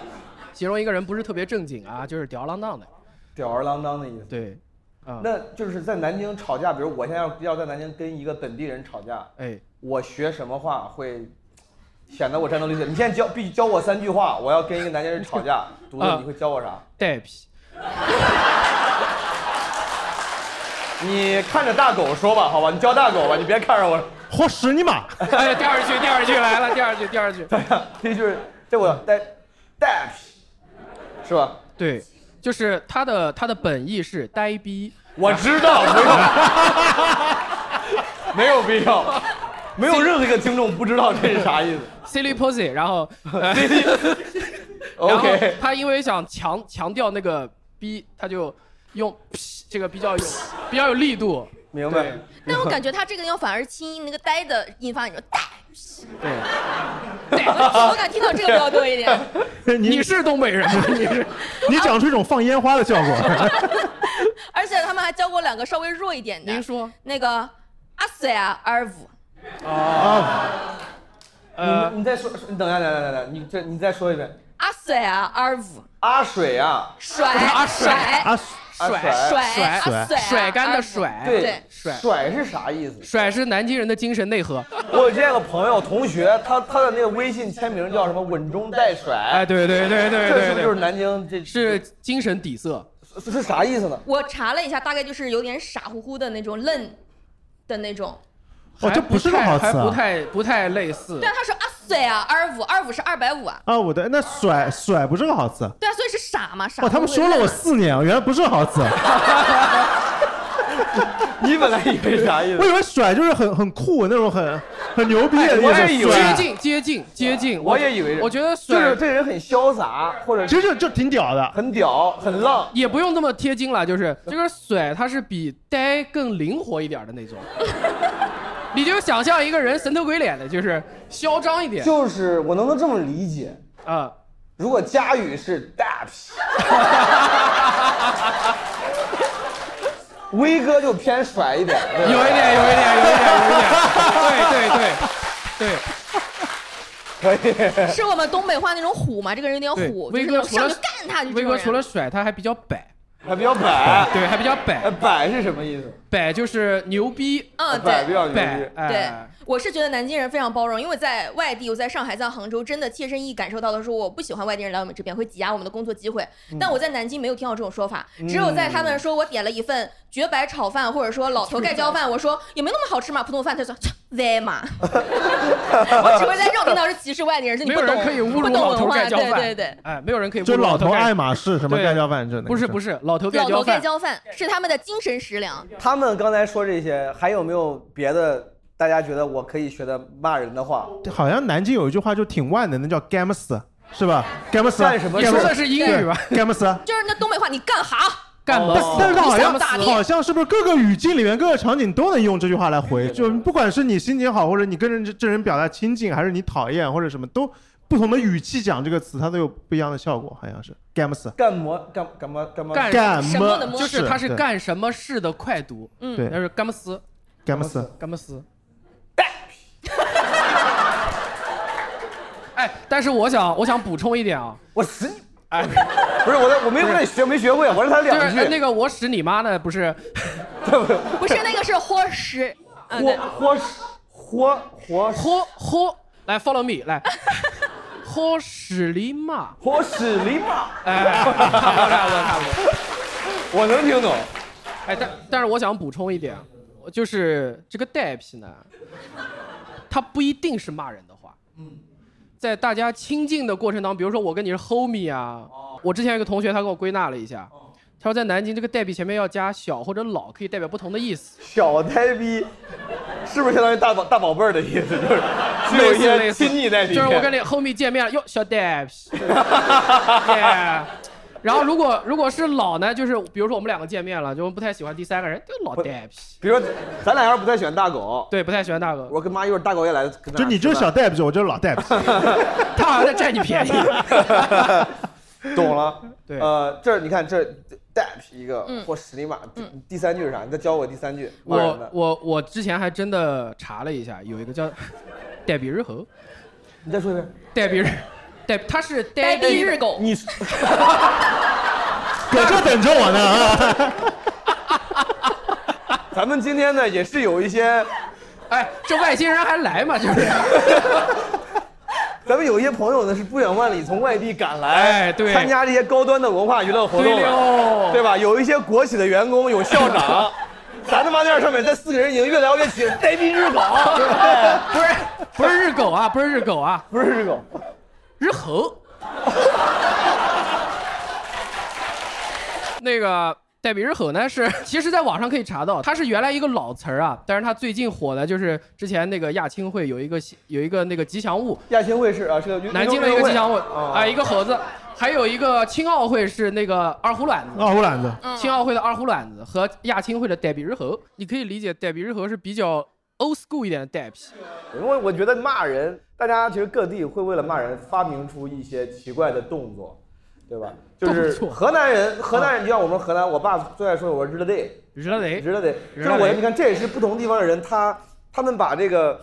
S2: 形容一个人不是特别正经啊，就是吊儿郎当的。
S4: 吊儿郎当的意思。
S2: 对，啊，
S4: 那就是在南京吵架，比如我现在要要在南京跟一个本地人吵架，
S2: 哎，
S4: 我学什么话会显得我战斗力最？你现在教必须教我三句话，我要跟一个南京人吵架，犊子
S2: 啊
S4: 你会教我啥？
S2: 带皮，
S4: 你看着大狗说吧，好吧，你教大狗吧，你别看着我。
S6: 好屎你妈！
S2: 哎，第二句，第二句来了，第二句，第二句，
S4: 这就是这我带带是吧？
S2: 对，就是他的他的本意是呆逼，
S4: 我知道， 没有没有必要，没有任何一个听众不知道这是 啥意思。
S2: silly pussy，然 后，呃然后
S4: OK，
S2: 他因为想强强调那个逼，他就用这个比较有比较有力度，
S4: 明白。
S7: 但我感觉他这个要反而轻音，那个呆的音发你说呆。对，我敢听到哦这个比较多一点。
S6: 你
S2: 你是东北人吗？啊你是
S6: 你讲出一种放烟花的效果，
S7: 而且他们还教过两个稍微弱一点的
S2: 您，说，
S7: 那个阿塞啊阿尔夫，
S2: 呃，
S4: 你你再说，你等一下，来来来来，你这你再说一遍。
S7: 阿塞啊阿尔夫，
S4: 阿水啊，
S7: 甩甩
S6: 啊，
S2: 甩
S4: 甩
S2: 甩
S4: 甩
S2: 甩甩干的甩，
S4: 对
S2: 甩
S4: 甩是啥意思？
S2: 甩是南京人的精神内核。
S4: 我有见个朋友同学，他他的那个微信签名叫什么“稳中带甩”。
S2: 哎，对对对对
S4: 这是
S2: 对
S4: 不是
S2: 对，
S4: 就是南京这
S2: 是精神底色，
S4: 是啥意思呢？
S7: 我查了一下，大概就是有点傻乎乎的那种愣的那种。
S6: 哦，这不是个好词
S2: 还不
S6: 啊！
S2: 太不太类似
S7: 对。啊，他说啊塞啊二五二五是二百五啊。
S6: 啊，我的那甩甩不是个好词。
S7: 对啊，所以是傻嘛傻。
S6: 哇，他们说了我四年，啊，原来不是个好词。
S4: 你本来以为啥意
S6: 我？以为甩就是很很酷那种很很牛逼
S4: 哎
S6: 的
S4: 我
S6: 那
S4: 也以
S6: 种
S4: 为
S2: 接
S6: 甩，
S2: 近接近接近，
S4: 啊我也以为是
S2: 我觉得
S4: 就
S2: 甩
S4: 是这人很潇洒，或者
S6: 其实就就挺屌的。
S4: 很屌、很浪。
S2: 也不用那么贴金了，就是这个甩它是比呆更灵活一点的那种。你就想象一个人神头鬼脸的，就是嚣张一点
S4: 就是我能够这么理解，
S2: 啊。
S4: 如果 佳宇是大屁， 威哥就偏甩一点，
S2: 有一
S4: 对吧
S2: 点，有一点，有一点，有一点，对 对对对。
S4: 可以。
S7: 是我们东北话那种虎嘛，这个人有
S2: 哎对
S7: 点虎，就
S2: 威
S7: 是
S2: 哥
S7: 那种
S2: 除了
S7: 上去干他就这种人。
S2: 威哥除了甩，他还比较摆，
S4: 还比较摆，
S2: 对，还比较摆，
S4: 哎，摆是什么意思？啊
S2: 摆就是牛逼，
S7: 嗯
S4: 摆比
S7: 对。
S4: 较牛
S2: 摆
S4: 逼，。
S7: 对
S2: 哎，，
S7: 我是觉得南京人非常包容，因为在外地，我在上海、在杭州，真的切身意义感受到的是，我不喜欢外地人来我们这边，会挤压我们的工作机会。
S13: 嗯
S7: 但我在南京没有听到这种说法，只有在他们说我点了一份绝白炒饭，或者说老头盖浇饭，我说也没那么好吃嘛，普通饭， 他说切歪嘛。我只会在这种听到是歧视外地人，是你
S2: 没
S7: 不
S2: 有
S7: 懂，
S2: 人可以侮
S7: 不
S2: 辱
S7: 懂
S2: 老头
S7: 文
S2: 盖
S7: 化，
S2: 浇
S7: 对
S2: 饭，
S7: 对对。，
S2: 哎，没有人可以侮
S6: 就
S2: 辱
S6: 老头
S2: 头
S6: 爱
S2: 盖，
S6: 马仕什么
S2: 对
S6: 盖浇饭之类的。
S2: 不是不
S6: 是，
S2: 是，老头盖
S7: 老头
S2: 浇
S7: 盖
S2: 饭，
S7: 浇饭是他们的精神食粮。
S4: 他们刚才说这些，还有没有别的？大家觉得我可以学的骂人的话？
S6: 好像南京有一句话就挺万能的，叫 “gams”，是吧？gams
S4: 干什么
S2: 你
S4: 事
S2: 说
S4: 儿？
S2: 的是英语吧？
S6: gams。
S7: 就是那东北话，你干哈？
S2: 干嘛
S6: 但？但是它好
S2: 你想
S6: 像
S2: 不打
S6: 好像是不是各个语境里面各个场景都能用这句话来回？就不管是你心情好，或者你跟人这人表达亲近，还是你讨厌或者什么，都不同的语气讲这个词，它都有不一样的效果，好像是 gams
S4: 干么干干嘛干嘛？
S2: 干
S6: 干
S7: 什么的
S6: 么
S7: 摸
S2: 就是他是
S6: 对
S2: 干什么事的快读，
S4: 嗯
S6: 对
S2: 那是干么斯，
S6: gams
S2: 干么斯。 哎，但是我想，我想补充一点啊，
S4: 我死你！哎，不是我在我没我没学没学会，我是他
S2: 就是
S4: 两句
S2: 哎。那个我使你妈呢，不 是
S7: 不是那个是伙食。嗯，对，
S4: 活活活活
S2: 豁豁，来 follow me，来，豁使你妈，
S4: 活屎里马，
S2: 哎，差不多差不多差不多。
S4: 我能听懂。
S2: 哎，但但是我想补充一点，啊就是这个带皮呢，它不一定是骂人的话。嗯，在大家亲近的过程当中，比如说我跟你是 homie 啊，我之前有一个同学他给我归纳了一下，他说在南京这个带皮前面要加小或者老，可以代表不同的意思。
S4: 小呆逼，是不是相当于大宝大宝贝儿的意思？就是是有一 些
S2: 类似
S4: 亲戚在里面。
S2: 就是我跟你 homie 见面了，哟，小带皮。耶然后如果如果是老呢，就是比如说我们两个见面了，就不太喜欢第三个人，就老带皮。
S4: 比如说咱俩要是不太喜欢大狗，
S2: 对，不太喜欢大 哥，
S4: 我跟妈一会儿大狗也来，跟咱
S6: 就
S4: 俩
S6: 你
S4: 吃
S6: 就是小
S4: 饭
S6: 戴不起，我就是老戴不起。
S2: 他好像在占你便宜。
S4: 懂了。
S2: 对
S4: 呃，这儿你看这带皮一个，或十里马。第第三句是啥？你再教我第三句骂人
S2: 我
S4: 的。
S2: 我我之前还真的查了一下，有一个叫“呆比日猴
S4: 你再说一遍。”，
S2: 呆比日，呆他是
S7: 呆
S2: 呆
S7: 逼
S2: 逼
S7: 日
S2: 日
S7: 狗，
S4: 你
S6: 搁这等着我呢啊！
S4: 咱们今天呢也是有一些，
S2: 哎，这外星人还来吗？就是，
S4: 咱们有一些朋友呢是不远万里从外地赶来，
S2: 哎对
S4: 参加这些高端的文化娱乐活动
S2: 对
S4: 了
S2: 喽
S4: 对吧？有一些国企的员工，有 校长。咱他妈在这上面，这四个人已经越聊越起，呆逼日狗，哎
S2: 不是不是日狗啊，不是日狗啊，
S4: 不是日狗，
S2: 日 猴。那个呆比日猴呢是， 其实在网上可以查到，它是原来一个老词儿啊，但是它最近火的就是之前那个亚青会有一个有一个那个吉祥物，
S4: 亚青会是啊，是个
S2: 南京的一个吉祥物
S4: 啊，
S2: 啊，一个猴子，还有一个青奥会是那个二胡卵子，
S6: 奥胡懒子，
S4: 嗯
S2: 青奥会的二胡卵子和亚青会的呆比日猴，你可以理解呆比日猴是比较 old school 一点的呆皮，
S4: 因为我觉得骂人，大家其实各地会为了骂人发明出一些奇怪的动作，对吧？就是
S2: 动作
S4: 河南人，河南人就像我们河南，我爸最爱说我是日了得，
S2: 日了得
S4: 日了得，就
S2: 日
S4: 是
S2: 了得
S4: 我你看，这也是不同地方的人，他他们把这个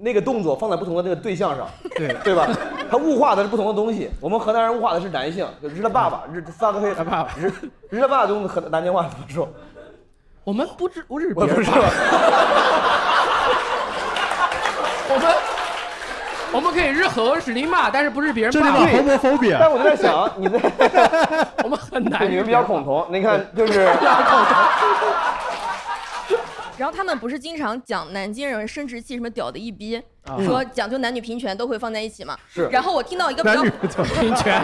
S4: 那个动作放在不同的那个对象上，
S2: 对
S4: 对吧？他物化的是不同的东西。我们河南人物化的是男性，就日他爸
S2: 嗯
S4: 爸，日 fuck his 他爸爸，日日他爸爸用河南京话怎么说？
S2: 我们不知不日
S4: 我
S2: 别
S4: 不
S2: 人
S4: 知
S2: 吧
S4: 道，
S2: 我们我们可以日和日林骂，但是不日别人
S6: 这
S2: 骂
S6: 地方 homophobia
S4: 但我就在想，你在
S2: 我们很
S4: 对
S2: 难。
S4: 你们比较恐同，你看就是。
S7: 然后他们不是经常讲南京人生殖器什么屌的一逼，
S4: 啊
S7: 说讲究男女平权都会放在一起嘛。
S4: 是
S7: 然后我听到一个比较
S6: 男女 怎么
S2: 平权，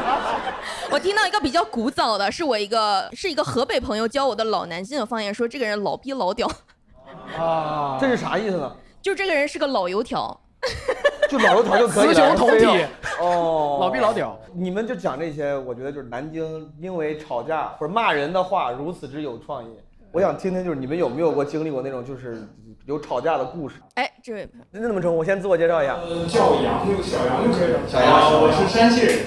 S7: 我听到一个比较古早的，是我一个是一个河北朋友教我的老南京的方言，说这个人老逼老屌，
S2: 啊，
S4: 这是啥意思呢？
S7: 就这个人是个老油条。
S4: 就老油条就可以
S2: 雌
S4: 了。
S2: 雄同体
S4: 非 要哦，
S2: 老逼老屌。
S4: 你们就讲这些，我觉得就是南京因为吵架或者骂人的话如此之有创意。我想听听，就是你们有没有过经历过那种就是有吵架的故事？
S7: 哎，这位朋友
S4: 那怎么称呼？我先自我介绍一下。
S14: 呃叫杨就小杨就可以了。
S15: 小杨
S14: 啊我是山西人，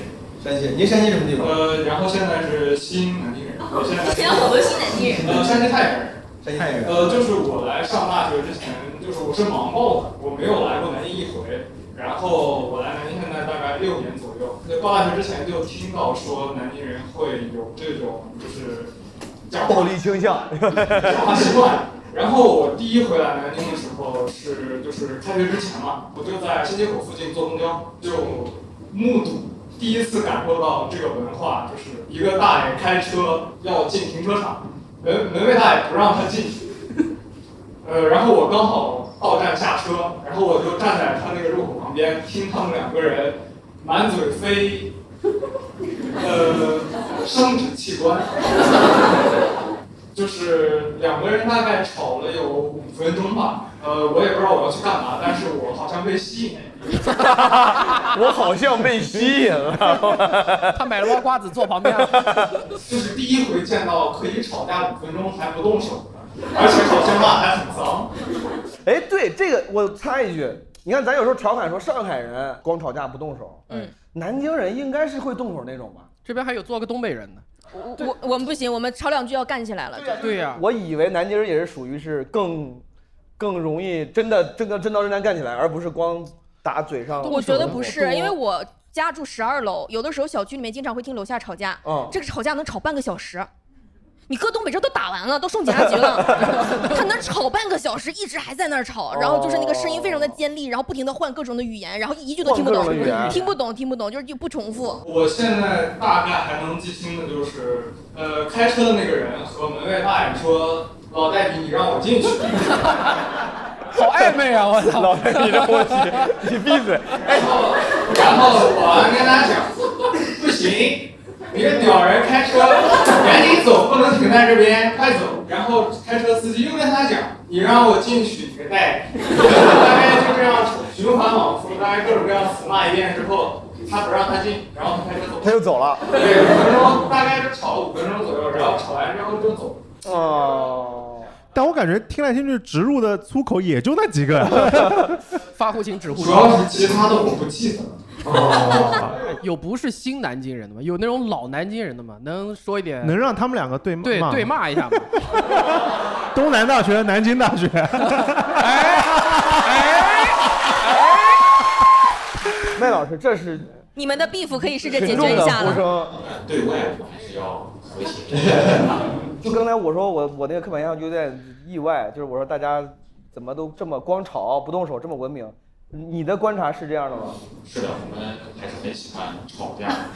S15: 山西，您山西什么地方？
S14: 呃，然后现在是新南京人，我现在
S7: 以前好多新南京人。
S14: 呃山西太原人。
S15: 山西太原。
S14: 呃，就是我来上大学之前，就是我是盲报的，我没有来过南京一回。然后我来南京现在大概六年左右，在报大学之前就听到说南京人会有这种就是讲话
S4: 暴力倾向，
S14: 讲话习惯。然后我第一回来南京的时候是就是开学之前嘛，我就在深街口附近坐公交，就目睹第一次感受到这个文化，就是一个大爷开车要进停车场，门门卫大爷不让他进去， 呃，然后我刚好到站下车，然后我就站在他那个入口旁边，听他们两个人满嘴飞，呃，生殖器官，就是两个人大概吵了有五分钟吧，呃，我也不知道我要去干嘛，但是我好像被吸引了。
S4: 我好像被吸引了。
S2: 他买了包瓜子坐旁边，
S14: 就是第一回见到可以吵架五分钟还不动手的，而且好像骂还很脏。
S4: 哎，对这个我插一句，你看咱有时候调侃说上海人光吵架不动手，
S7: 嗯，
S4: 南京人应该是会动手那种吧？
S2: 这边还有做个东北人呢。
S7: 我我我们不行，我们吵两句要干起来了。
S4: 啊
S2: 对呀、
S4: 我以为南京人也是属于是更更容易真的真的真刀真枪干起来，而不是光打嘴上。
S7: 我觉得不
S4: 动
S7: 是，
S4: 手
S7: 因为我家住十二楼，有的时候小区里面经常会听楼下吵架，
S4: 嗯
S7: 这个吵架能吵半个小时。你搁东北这都打完了，都送警察局了， 他能吵半个小时，一直还在那儿吵，然后就是那个声音非常的尖利，然后不停的换各种的语言，然后一句都听不懂
S4: 换各种的语言，
S7: 听不懂，听不懂，就是就不重复。
S14: 我现在大概还能记清的就是，呃，开车的那个人和门卫大爷说：“老戴比，你让我进去。
S2: 好暧昧啊！我操，
S4: 老师，你让
S14: 啊
S4: 我急，你闭嘴。”
S14: 然后，然后我还跟他讲：“不行，你个屌人开车，赶紧走，不能停在这边，快走。”然后开车司机又跟他讲：“你让我进去，你个带。”大概就这样循环往复，大概各种各样死骂一遍之后，他不让他进，然后他开车走了。
S4: 他就走了。
S14: 对，五分钟，大概是吵了五分钟左右，然后吵完之后就走。
S4: 哦，
S6: 但我感觉听来听去植入的粗口也就那几个，
S2: 发户型指户
S14: 主要是其他的我不记得了。哦
S2: 有不是新南京人的吗？有那种老南京人的吗？能说一点？
S6: 能让他们两个对骂
S2: 对
S6: 吗
S2: 对骂一下吗？
S6: 东南大学、南京大学，
S4: 麦老师，这是
S7: 你们的 beef 可以试着解
S4: 群
S7: 决
S4: 众
S7: 一
S4: 的
S7: 下
S4: 呼
S7: 了。
S4: 声。
S14: 对外我还是要和谐。
S4: 就刚才我说我我那个刻板印象就有点意外，就是我说大家怎么都这么光吵不动手，这么文明。你的观察是这样的吗？
S14: 是的，我们还是很喜欢吵架。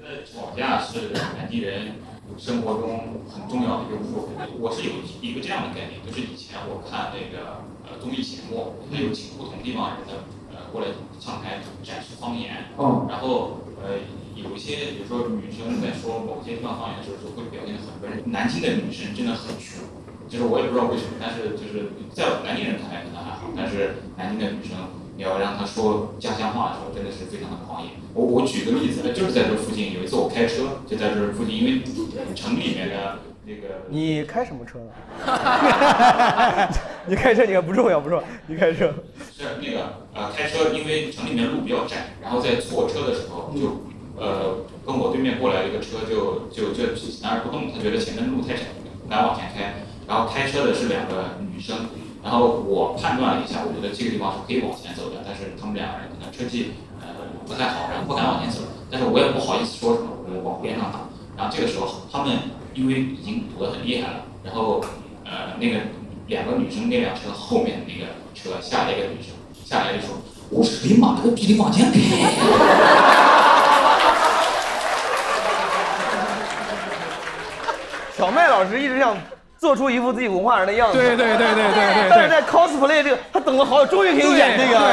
S14: 呃，吵架是本地人生活中很重要的一个部分。我是有一个这样的概念，就是以前我看那个呃综艺节目，它有请不同地方人的呃过来上台展示方言，
S15: 嗯
S14: 然后呃有一些比如说女生在说某些地方方言的时候，就会表现得很温柔。南京的女生真的很凶，就是我也不知道为什么，但是就是在我南京人看来可能还好，但是南京的女生，你要让她说家乡话的时候，真的是非常的狂野。我我举个例子，就是在这附近有一次我开车，就在这附近，因为城里面的那个
S4: 你开什么车呢？ 你开车你看不重要不重要，你开车。
S14: 是那个呃，开车因为城里面路比较窄，然后在错车的时候就呃跟我对面过来一个车就就就就停那儿不动，他觉得前面路太窄，不敢往前开。然后开车的是两个女生，
S11: 然后我判断了一下，我觉得这个地方是可以往前走的，但是他们两个人可能车技呃不太好，然后不敢往前走，但是我也不好意思说什么，我往边上打。然啊后这个时候他们因为已经躲得很厉害了，然后呃那个两个女生那辆车后面那个车下来一个女生下来就说：“我是林马，那个逼你 往前开。”
S4: 小麦老师一直想做出一副自己文化人的样子，
S2: 对对对对对对对
S4: 但是在 cosplay 这个，他等了好久，终于可以演这
S2: 对
S4: 个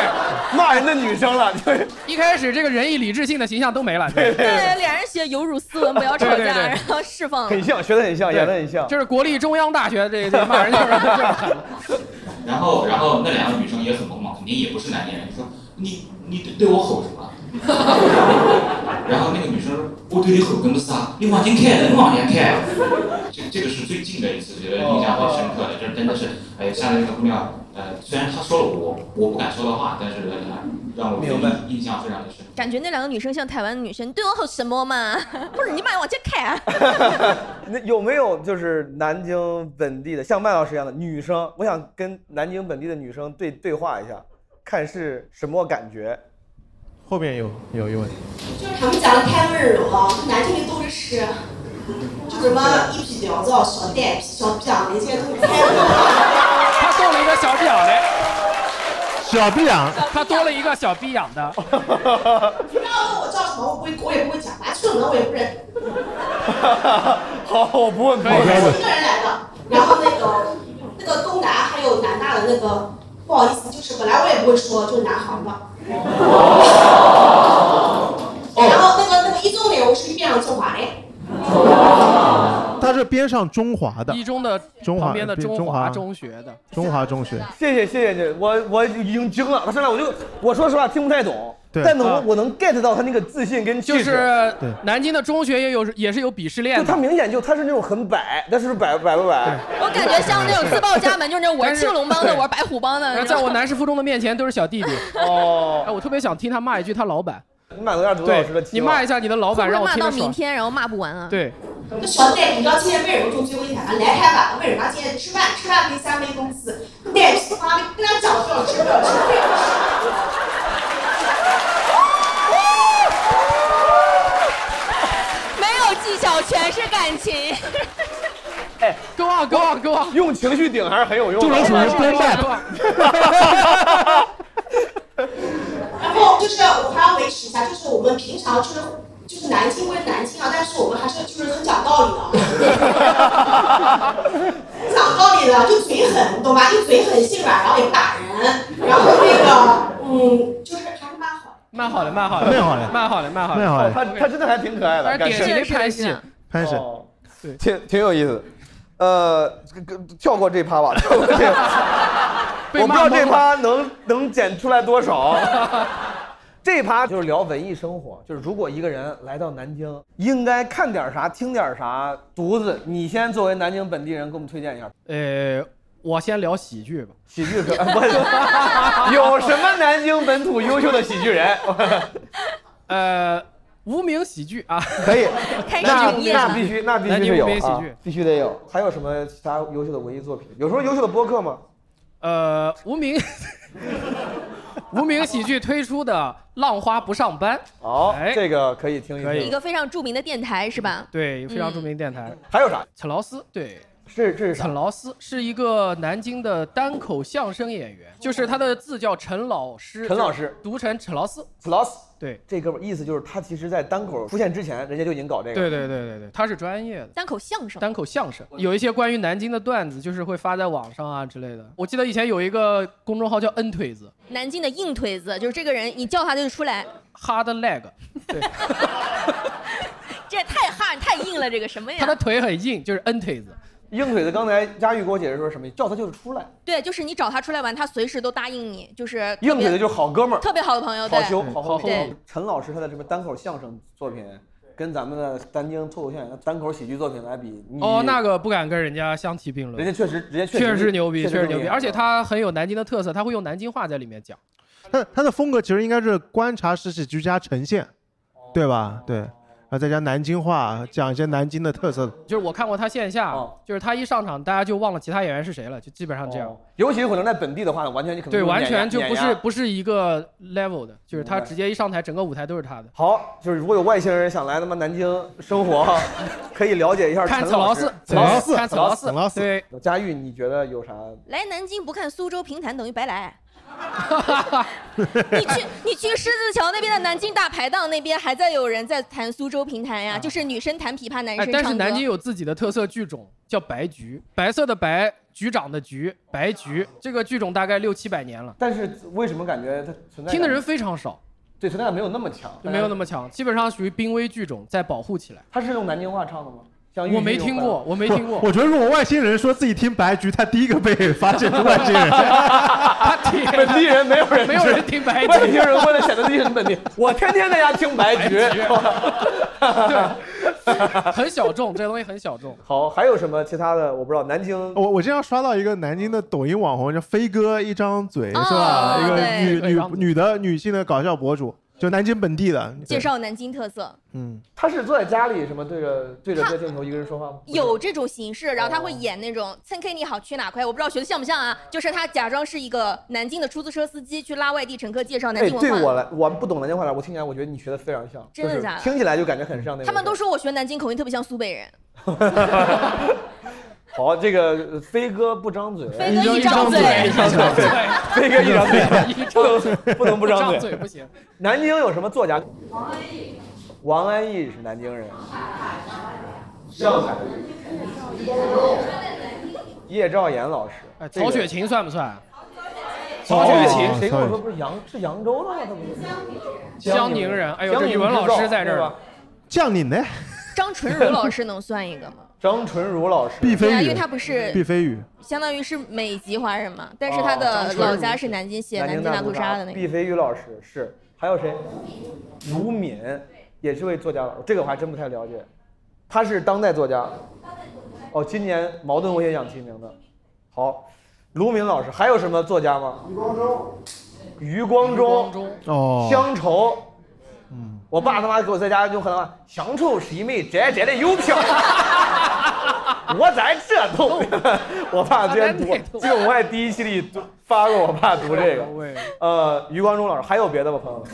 S4: 骂人的女生了，对。
S2: 一开始这个仁义礼智信的 形象都没了，对
S7: 对，俩人写有辱斯文，不 要吵
S2: 对对对
S7: 架，然后释放。
S4: 很像，学的很像，
S2: 对
S4: 演的很像。
S2: 就是国立中央大学这这骂人就是就是很
S11: 然后，然后那两个女生也很懵嘛，肯定也不是南京人，说你你对对我吼什么？然后那个女生说，我对你吼个么事啊？你往前开，能往前开？这这个是最近的一次，觉得印象很深刻的，这真的是，哎，下面那个姑娘，呃，虽然她说了我我不敢说的话，但是呃让我
S4: 明白
S11: 印印象非常的深。
S7: 感觉那两个女生像台湾女生，你对我吼什么嘛？ 不是你妈往前开啊！
S4: 那有没有就是南京本地的，像麦老师一样的女生？我想跟南京本地的女生对对话一下，看是什么感觉。
S6: 后面有有一位，
S13: 就是他们讲的太温柔了，南京的都是诗，就什么一批两造小单小逼样的，这些都是太温柔了。
S2: 他多了一个小逼养的，
S6: 小不养，
S2: 他多了一个小逼养的，
S13: 你不要问我叫什么，我不会，我也不会讲，南村人我也不认，
S4: 好，我不问
S2: 可以
S13: 我是一个人来的。然后那个那个东南还有南大的那个，不好意思，就是本来我也不会说，就是南航的。然后那个那个一中的，我是一边上中华的。
S6: 他是边上中华的
S2: 一中的
S6: 中华呃
S2: 呃旁边的中
S6: 中
S2: 华
S6: 华
S2: 中学的，
S6: 中华中学，
S4: 谢谢谢谢你，我我已经惊了。他上来我就我说实话听不太懂，
S6: 对
S4: 但能、
S2: 啊
S4: 我能 get 到他那个自信跟气
S2: 就
S4: 质。
S2: 是
S6: 对
S2: 南京的中学也有也是有鄙视链
S4: 就
S2: 的
S4: 他。明显就他 是那种很摆，但是摆摆不摆？
S7: 我感觉像那种自报家门，就是那种我是青龙帮的，我是白虎帮的
S2: 然
S7: 哦那
S2: 后在
S7: 种。
S2: 我南师附中的面前都是小弟弟，哎，
S4: 哦，
S2: 我特别想听他骂一句他老板，
S4: 你满足一下杜老师的期
S2: 你
S4: 望
S2: 骂一下你的老
S7: 会
S2: 板，
S7: 不
S2: 让
S7: 会
S2: 我
S7: 骂
S2: 听
S7: 到
S2: 着
S7: 明
S2: 爽。
S7: 天，然后骂不完啊？
S2: 对，
S13: 那小戴，你知道今天为什么中最危险吗？来太晚了，为什么？今天吃饭吃饭没三杯公司，带皮妈的跟他讲不要吃不要吃不要吃。
S7: 没有技巧，全是感情。
S2: go on go on go on，
S4: 用情绪顶还是很有用的。
S6: 就能成为
S2: 对
S6: stand up。
S13: 然后就是我还要维持一下，就是我们平常就是就是南京归南京啊，但是我们还是就是很讲道理的，很讲道理的，就嘴狠，懂吧？就嘴狠心软，然后也不打人，然后那个嗯，就是还是蛮好的。
S2: 蛮好的 蛮好的
S6: 蛮好的
S2: 蛮好的蛮好的
S6: 那好
S4: 哦，
S6: 嘞，
S4: 他他真的还挺可爱的，
S2: 但
S4: 感
S2: 是
S4: 谢。
S2: 典
S7: 是
S2: 型的拍戏
S7: 是，是
S6: 潘神，
S4: 哦
S2: 对
S4: 挺挺有意思的。呃，这个跳过这趴吧，跳过这趴
S2: 被
S4: 我不
S2: 骂
S4: 知道
S2: 懵
S4: 这
S2: 了
S4: 趴能能剪出来多少。 这趴就是聊文艺生活，就是如果一个人来到南京，应该看点啥，听点啥。犊子，你先作为南京本地人，给我们推荐一下
S2: 呃，我先聊喜剧吧。
S4: 喜 剧可我有什么南京本土优秀的喜剧人？
S2: 呃，无名喜剧啊，
S4: 可以，
S7: 开始
S4: 那
S7: 哽咽
S4: 那
S7: 了。
S4: 必须，那必
S2: 南
S4: 须
S2: 京
S4: 得
S2: 无
S4: 有
S2: 名喜
S4: 啊
S2: 剧，
S4: 必须得有。还有什么其他优秀的文艺作品？有什么优秀的播客吗？
S2: 呃，无名 无名喜剧推出的《浪花不上班》，
S4: 好、
S2: 哎
S4: 这个可以听一
S2: 可
S4: 听
S2: 以
S7: 一。个非常著名的电台是吧？
S2: 对，非常
S7: 嗯
S2: 著名电台。
S4: 还有啥？
S2: 陈劳斯，对，
S4: 是这是
S2: 陈
S4: 啥？
S2: 劳斯是一个南京的单口相声演员，就是他的字叫陈老师，
S4: 陈老师，
S2: 读成陈劳斯。
S4: plus
S2: 对，
S4: 这哥们儿意思就是他其实，在单口出现之前，人家就已经搞这个。
S2: 对对对对对，他是专业的。
S7: 单口相声。
S2: 单口相声有一些关于南京的段子，就是会发在网上啊之类的。我记得以前有一个公众号叫“恩腿子
S7: 南京的硬腿子，就是这个人，你叫他他就出来，
S2: ”（hard leg），
S7: 这也太 hard 太硬了，这个什么呀
S2: 他？的腿很硬，就是恩腿子。
S4: 硬腿子刚才佳玉给我解释说什么？叫他就是出来。
S7: 对，就是你找他出来玩，他随时都答应你，就是特
S4: 硬
S7: 别
S4: 腿子就是好哥们儿，
S7: 特别好的朋友，
S4: 好
S7: 对，
S4: 兄，好
S2: 好
S4: 兄弟
S7: 对。
S4: 陈老师他的这个单口相声作品，跟咱们的南京脱口秀演员的单口喜剧作品来比，你
S2: 哦，那个不敢跟人家相提并
S4: 人
S2: 论，
S4: 家确实，人家确
S2: 确
S4: 实啊
S2: 实牛逼，确
S4: 确
S2: 实牛逼，而且他很有南京的特色，他会用南京话在里面讲。哦
S6: 他他的风格其实应该是观察式喜剧加呈现，对吧？对。然后再加南京话，讲一些南京的特色。
S2: 就是我看过他线下，
S4: 哦
S2: 就是他一上场，大家就忘了其他演员是谁了，就基本上这样。
S4: 尤其可能在本地的话，完全哦你可能
S2: 对，
S4: 就是
S2: 完
S4: 碾压
S2: 全就不
S4: 碾
S2: 是
S4: 压
S2: 不是一个 level 的，就是他
S4: 啊明白
S2: 直接一上台，整个舞台都是他的。
S4: 好，就是如果有外星人想来他妈南京 生活，可以了解一下
S2: 看
S4: 陈
S2: 草
S4: 老
S2: 劳
S4: 师
S2: 斯
S4: 陈老
S2: 对
S4: 四，
S2: 看草劳斯
S4: 陈老四。
S2: 对，
S4: 佳玉，你觉得有啥？
S7: 来南京不看苏州评弹等于白 来。你去你去狮子桥那边的南京大排档那边还在有人在弹苏州评弹呀，就是女生弹琵琶，男
S2: 啊哎
S7: 生，唱
S2: 但
S7: 歌。
S2: 是南京有自己的特色剧种，叫白菊，白色的白，局长的局，白菊这个剧种大概六七百年了，
S4: 啊但是为什么感觉它存在？
S2: 听的人非常少，
S4: 对存在感没有那么强，
S2: 就没有那
S4: 么。
S2: 么强，基本上属于濒危剧种，在保护起来。
S4: 他是用南京话唱的吗？像
S2: 我没听过，我没听过。
S6: 我觉得如果外星人说自己听白菊，他第一个被发现是外星 人。
S4: 本地人没有人，
S2: 没有人听白菊
S4: 外星人为了显得自己很本地，我天天在家听白菊。
S2: 很小众，这个东西很小众。哦
S4: 好，还有什么其他的？我不知道。南京
S6: 我我经常刷到一个南京的抖音网红叫飞哥一张嘴，是吧？一
S7: 对
S6: 个女女女的女性的搞笑博主，就南京本地的。
S7: 介绍南京特色，
S6: 嗯，
S4: 他是坐在家里什么对着对着这镜头一个人说话吗？
S7: 有这种形式，然后他
S4: 哦
S7: 会演那种“蹭 K 你好，去哪快”，我不知 道学的像不像啊？就是他假装是一个南京的出租车司机，去拉外地乘客介绍南
S4: 哎，
S7: 京文
S4: 对
S7: 化。
S4: 我来，我不懂南京话来，我听起来我觉得你学的非常像，
S7: 真的
S4: 就是
S7: 假的
S4: 听起来就感觉很像那种。
S7: 他们都说我学南京口音特别像苏北人，
S4: 好，这个呃飞哥不张嘴，
S7: 飞哥一张嘴
S4: 一张嘴， 飞哥一张嘴， 不能不能不张
S2: 张嘴不行。
S4: 南京有什么作家？王安忆是南京人，
S9: 上海
S4: 叶兆言老师，
S2: 哎，
S4: 这个
S2: 曹雪芹算不算？
S4: 曹雪
S2: 哦
S4: 芹，谁跟我
S2: 曹雪
S4: 说
S2: 芹
S4: 不是扬是扬州的吗？他不是
S2: 江宁人哎呦
S4: 江
S2: 这
S4: 宁
S2: 语文
S4: 之
S2: 老师
S4: 兆
S2: 在这儿
S4: 对吧？
S6: 降临呢？
S7: 张纯如老师能算一个 吗？
S4: 张纯如老师，
S6: 毕
S7: 对啊，
S6: 飞
S7: 因为
S6: 宇，
S7: 他不是
S6: 毕飞宇，
S7: 相当于是美籍华人嘛，但是他
S4: 哦
S7: 的
S4: 张纯
S7: 老
S4: 如
S7: 家是南京，写《
S4: 南
S7: 南
S4: 京
S7: 京
S4: 大
S7: 大
S4: 屠
S7: 屠
S4: 杀
S7: 杀》的那个。
S4: 毕飞宇老师是，还有谁？卢敏也是位作家老师，这个我还真不太了解。他是当代作家，哦，今年茅盾文学奖提名的。好，卢敏老师还有什么作家吗？余光中，余光中，
S6: 哦
S4: 乡愁。嗯，我爸他妈给我在家用河南话，乡愁是一枚窄窄的邮 票。我在这读， 我爸居然读，这个我在第一期里读发过，我爸读这 个。呃，余光中老师，还有别的吗，朋友们？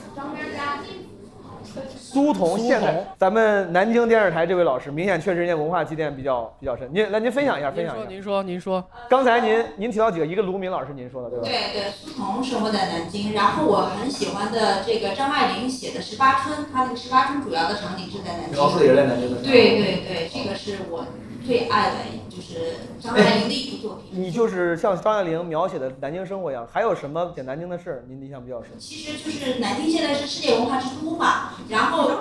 S4: 苏童，现在咱们南京电视台这位老师，明显确实人家文化积淀比较比较深。您来，您分享一下，分
S2: 您
S4: 享一
S2: 说，
S4: 下。
S2: 您说，您说，
S4: 刚才您您提到几个，一个卢敏老师您说的对吧？
S13: 对对，苏童生活在南京，然后我很喜欢的这个张爱玲写的《十八春》，她那个《十八春》主要的场景是在南京。
S9: 描述的也是在南京的
S13: 对对对，这个是我最爱的，就是张爱玲的一部作品。
S4: 你就是像张爱玲描写的南京生活一样，还有什么写南京的事儿您印象比较深？
S13: 其实就是南京现在是世界文化之都嘛，然后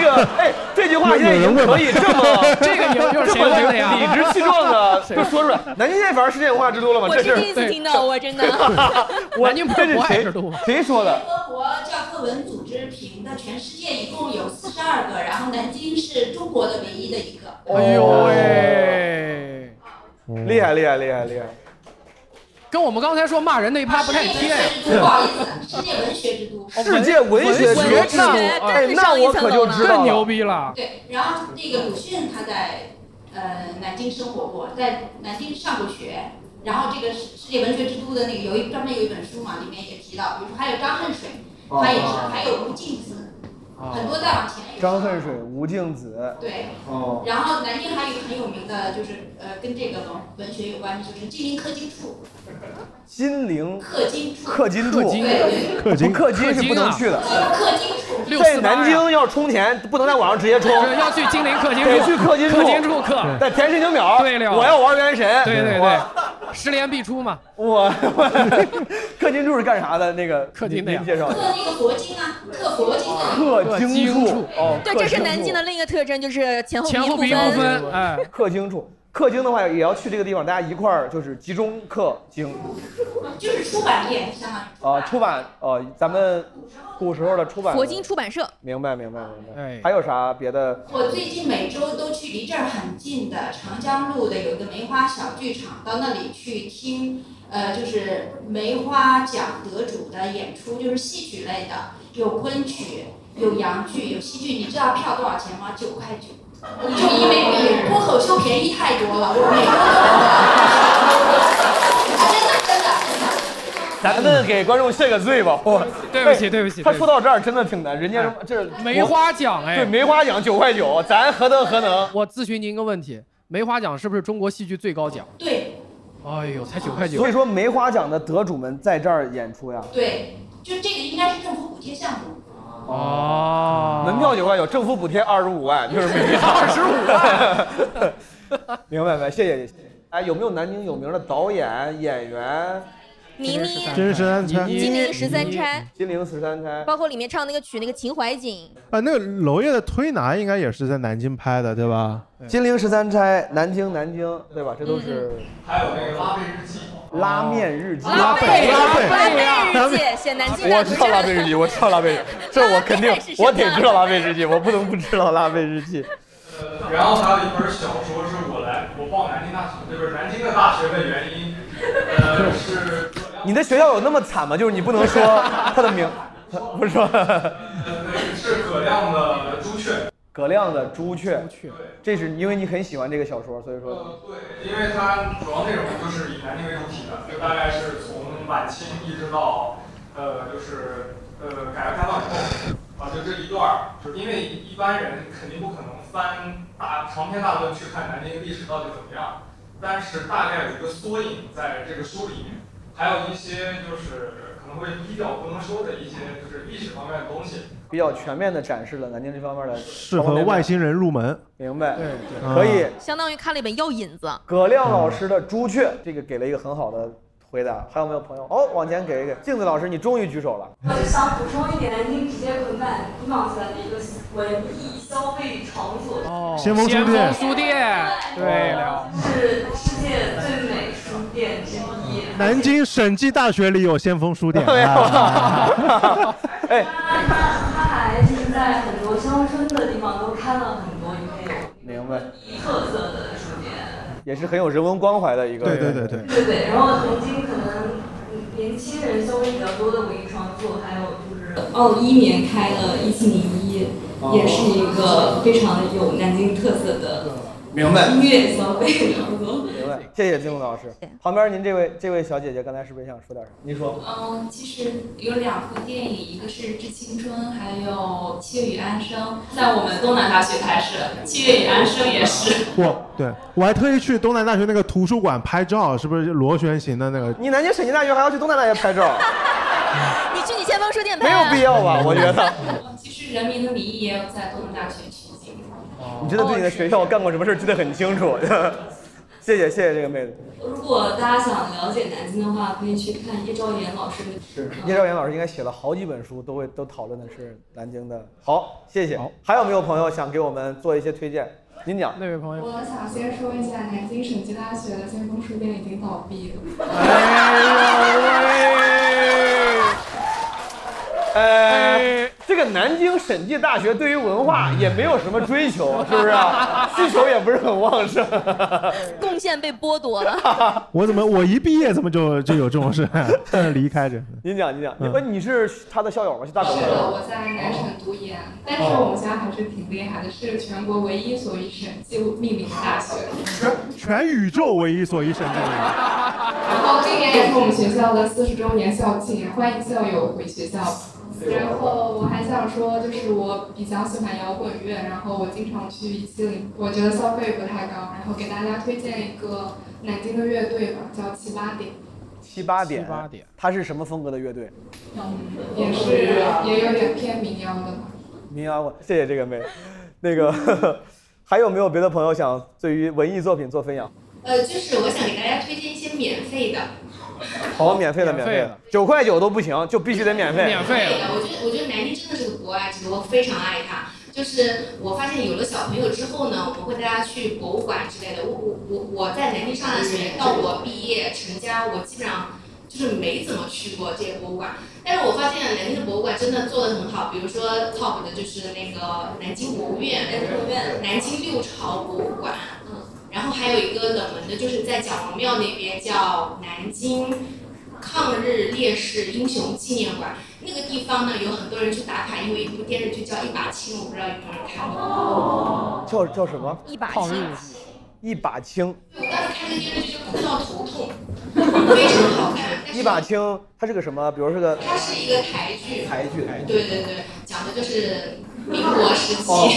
S4: 个哎，这句话现在已经可以这么
S2: 这个有有
S4: 这
S2: 谁
S4: 么
S2: 问的呀？
S4: 理直气壮 的就说出来。南京现在反而世界文化之都了吗？
S7: 我
S4: 这
S7: 是
S4: 是
S7: 第一次听到，我真 的。
S4: 我
S2: 南京不
S4: 这是
S2: 不爱
S4: 谁
S2: 这路吗？
S4: 谁说的
S13: 联？合国教科文组织评的全世界一共有四十二个，然后南京是中国的唯一的一个。
S2: 哎呦喂！
S4: 哦厉害厉害厉害厉害！
S2: 跟我们刚才说骂人那一趴不太
S4: 哎
S2: 贴。
S13: 世界文学之都，不好意思，世界文学之都。
S4: 世界文学之
S7: 文学
S4: 那
S7: 更
S4: 哎，
S7: 是
S4: 那
S7: 上一
S4: 我
S7: 层
S4: 可
S7: 楼
S4: 就
S7: 了
S4: 知道
S2: 更牛
S4: 了。
S2: 逼了！
S13: 对，然后那个鲁迅他在呃南京生活过，在南京上过学，然后这个世世界文学之都的那个有一专门有一本书嘛，里面也提到，比如说还有张恨水，他也是，还有吴敬梓，很多再往前也是
S4: 张恨水、吴敬梓，
S13: 对，
S4: 哦，
S13: 然后南京还有一个很有名的，就是呃跟这个文文学有关的，就是金陵氪金处，
S4: 金陵
S13: 氪金处，
S4: 氪金处，
S2: 氪金
S13: 对对，
S4: 不氪金是
S2: 氪
S4: 不
S2: 金啊
S4: 能去的。
S13: 氪金处，
S2: 六
S4: 在
S2: 四八呀
S4: 南京要充钱，不能在网上直接充，
S2: 就是要去金陵氪金
S4: 得去
S2: 处，
S4: 氪金处
S2: 氪金处氪，
S4: 得填申请表。
S2: 对了
S4: 我要玩原神。
S2: 对对
S4: 我
S2: 对，十连必出嘛。
S4: 我氪金柱是干啥的？那个
S2: 氪金的呀
S4: 您介绍一下。
S13: 氪那个佛经啊，氪佛经的。
S4: 氪
S2: 金
S4: 金
S2: 柱
S4: 柱哦，
S7: 对，
S4: 氪
S7: 这是
S4: 金
S7: 南
S4: 柱
S7: 京的另一个特征，就是前后
S2: 前后
S7: 鼻
S2: 鼻
S7: 不
S2: 不
S7: 分。
S2: 分，哎，
S4: 氪金处。氪金的话也要去这个地方，大家一块儿就是集中氪金
S13: 就是出版业，相当于
S4: 啊，出版呃，咱们古时候的出版
S7: 佛经出版社，
S4: 明白明白明白
S2: 哎。
S4: 还有啥别的？
S13: 我最近每周都去离这儿很近的长江路的有一个梅花小剧场，到那里去听，呃，就是梅花奖得主的演出，就是戏曲类的，有昆曲，有洋剧，有戏剧，你知道票多少钱吗？九块九。就因为比脱口秀便宜太多了，我每个
S4: 咱们给观众谢个罪吧。 我哎
S2: 对不起对不起
S4: 他说到这儿真的挺难，人家这是
S2: 梅花奖哎
S4: 对梅花奖九块九，咱何德何能？
S2: 我咨询您一个问题，梅花奖是不是中国戏剧最高奖？
S13: 对
S2: 哎呦，才九块九。
S4: 所以说梅花奖的得主们在这儿演出呀。
S13: 对，就这个应该是政府补贴项目。
S2: 哦，
S4: 门票九块九，政府补贴二十五万， 就是每天
S2: 二十五
S4: 万。 明白明白，谢谢谢谢。哎，有没有南京有名的导演、演员？
S7: 倪妮
S6: 金陵十三钗
S7: 金陵十三钗，
S4: 金陵十三钗。
S7: 包括里面唱那个曲那个秦淮景，
S6: 啊，那个娄烨的推拿应该也是在南京拍的，对吧？
S4: 金陵十三钗，南京南京，对吧？这都是。
S7: 嗯
S11: 还有那个拉贝日记，
S4: 拉面日记，
S6: 拉贝拉贝
S7: 拉贝日记写南京
S4: 我知道拉贝日记，我知道拉贝，这我肯定我得知道拉贝日记，我不能不知道拉贝日记。
S11: 然后还有一本小说是我来我报南京大学，就是南京的大学的原因，呃是。
S4: 你的学校有那么惨吗？就是你不能说他的名， 不是说。
S11: 是葛亮
S14: 呃
S11: 的朱雀。
S4: 葛亮的朱雀，这是因为你很喜欢这个小说，所以说。
S11: 呃对，因为它主要内容就是以南京为主体的，呃就大概是从晚清一直到，呃，就是呃改革开放以后，啊，就这一段儿，就是因为一般人肯定不可能翻大长篇大论去看南京历史到底怎么样，但是大概有一个缩影在这个书里面。还有一些就是可能会低调不能说的一些就是历史方面的东西。
S4: 比较全面的展示了南京这方面的
S6: 适合外啊星人入门。
S4: 明白，
S2: 对
S6: 对
S4: 可以。
S7: 相当于看了一本药引子。
S4: 葛亮老师的《朱雀》这个给了一个很好的回答，还有没有朋友？哦，往前给一给。镜子老师，你终于举手了。
S3: 我就想补充一点南京直接捆绑捆绑起来的一个文艺消费场所，
S2: 哦
S6: 先锋书店
S2: 先锋书店，对了，
S3: 是世界最美书店之一。
S6: 南京审计大学里有先锋书店。 啊
S4: 哎，
S3: 它还就是在很多乡村的地方都开了很多，因为有
S4: 明白，
S3: 特色的书店。
S4: 也是很有人文关怀的一个。
S6: 对对对对。
S3: 对对，然后南京可能嗯年轻人消费比较多的文艺创作，还有就是
S12: 哦，一年开了一七零一，也是一个非常有南京特色的
S4: 明白
S12: 音乐消费场所。
S4: 明白，谢谢金龙老师。旁边您这位这位小姐姐刚才是不是想说点什么？你说。
S12: 嗯，其实有两部电影，一个是《致青春》，还有《七月与安生》，在我们东南大学拍摄，《七月与安生》也是。
S6: 我对我还特意去东南大学那个图书馆拍照，是不是螺旋形的那个？
S4: 你南京审计大学还要去东南大学拍照，
S7: 你去你先锋书店拍
S4: 没有
S7: 啊，
S4: 必要吧？我觉得。
S12: 其实《人民的名义》也有在东南大学取景。
S4: 你真的对你的学校干过什么事儿记得很清楚。谢谢谢谢这个妹子。
S12: 如果大家想了解南京的话，可以去看叶兆言老师的。
S4: 是叶兆元老师应该写了好几本书，都会都讨论的是南京的。好，谢谢。还有没有朋友想给我们做一些推荐？您讲。
S2: 那位朋友，
S10: 我想先说一下，南京审计大学的先锋书店已经倒闭了。
S2: 哎
S4: 呃，这个南京审计大学对于文化也没有什么追求，是不是、啊？需求也不是很旺盛。
S7: 贡献被剥夺了。
S6: 我怎么我一毕业怎么就就有这种事？ 离开着。
S4: 您讲，您讲。你
S6: 嗯
S4: 不，你是他的校友吗？是大狗
S10: 是的，
S4: 吗？
S10: 我在南审读研，但是我们家还是挺厉害的，是全国唯一所以审计命名的大学。
S6: 全宇宙唯一所一审计
S10: 然后今年也是我们学校的四十周年校庆，欢迎校友回学校。然后我还想说，就是我比较喜欢摇滚乐，然后我经常去一七零，我觉得消费不太高，然后给大家推荐一个南京的乐队吧，叫七八点，
S4: 七八点。
S2: 七八点。
S4: 他是什么风格的乐队？
S10: 也是
S11: 啊
S10: 也有点偏民谣的。
S4: 民谣 我谢谢这个妹。那个， 还有没有别的朋友想对于文艺作品做分享？
S13: 呃，就是我想给大家推荐一些免费的，
S4: 好，免费的，
S2: 免
S4: 免
S2: 费
S4: 费
S2: 的
S4: 的，九块九都不行，就必须得免费。
S2: 免费了。
S13: 的，呃我觉得我觉得南京真的是个博爱之都，我非常爱它。就是我发现有了小朋友之后呢，我们会带他去博物馆之类的。我我我我在南京上大学到我毕业成家，我基本上就是没怎么去过这些博物馆。但是我发现南京的博物馆真的做的很好，比如说 top 的就是那个南京博物院，南京博物院，南京六朝博物馆，嗯，然后还有一个冷门的，就是在蒋王庙那边叫南京抗日烈士英雄纪念馆，那个地方呢，有很多人去打卡，因为一部电视剧叫《一把青》，我不知道有没有人看过。
S4: 叫叫什么？
S13: 一把青抗日
S4: 一把青，
S13: 我当时看这个电视剧就哭到头痛。
S4: 一把青，它是个什么？比如是个
S13: 它是一个台剧，
S4: 台剧，
S13: 对对对，讲的就是民国时期。
S4: 哦，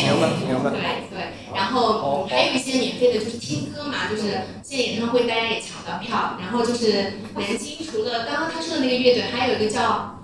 S4: 明白明白。
S13: 对对，然后嗯还有一些免费的，就是听歌嘛，就是现在演唱会大家也抢到票，然后就是南京除了刚刚他说的那个乐队，还有一个叫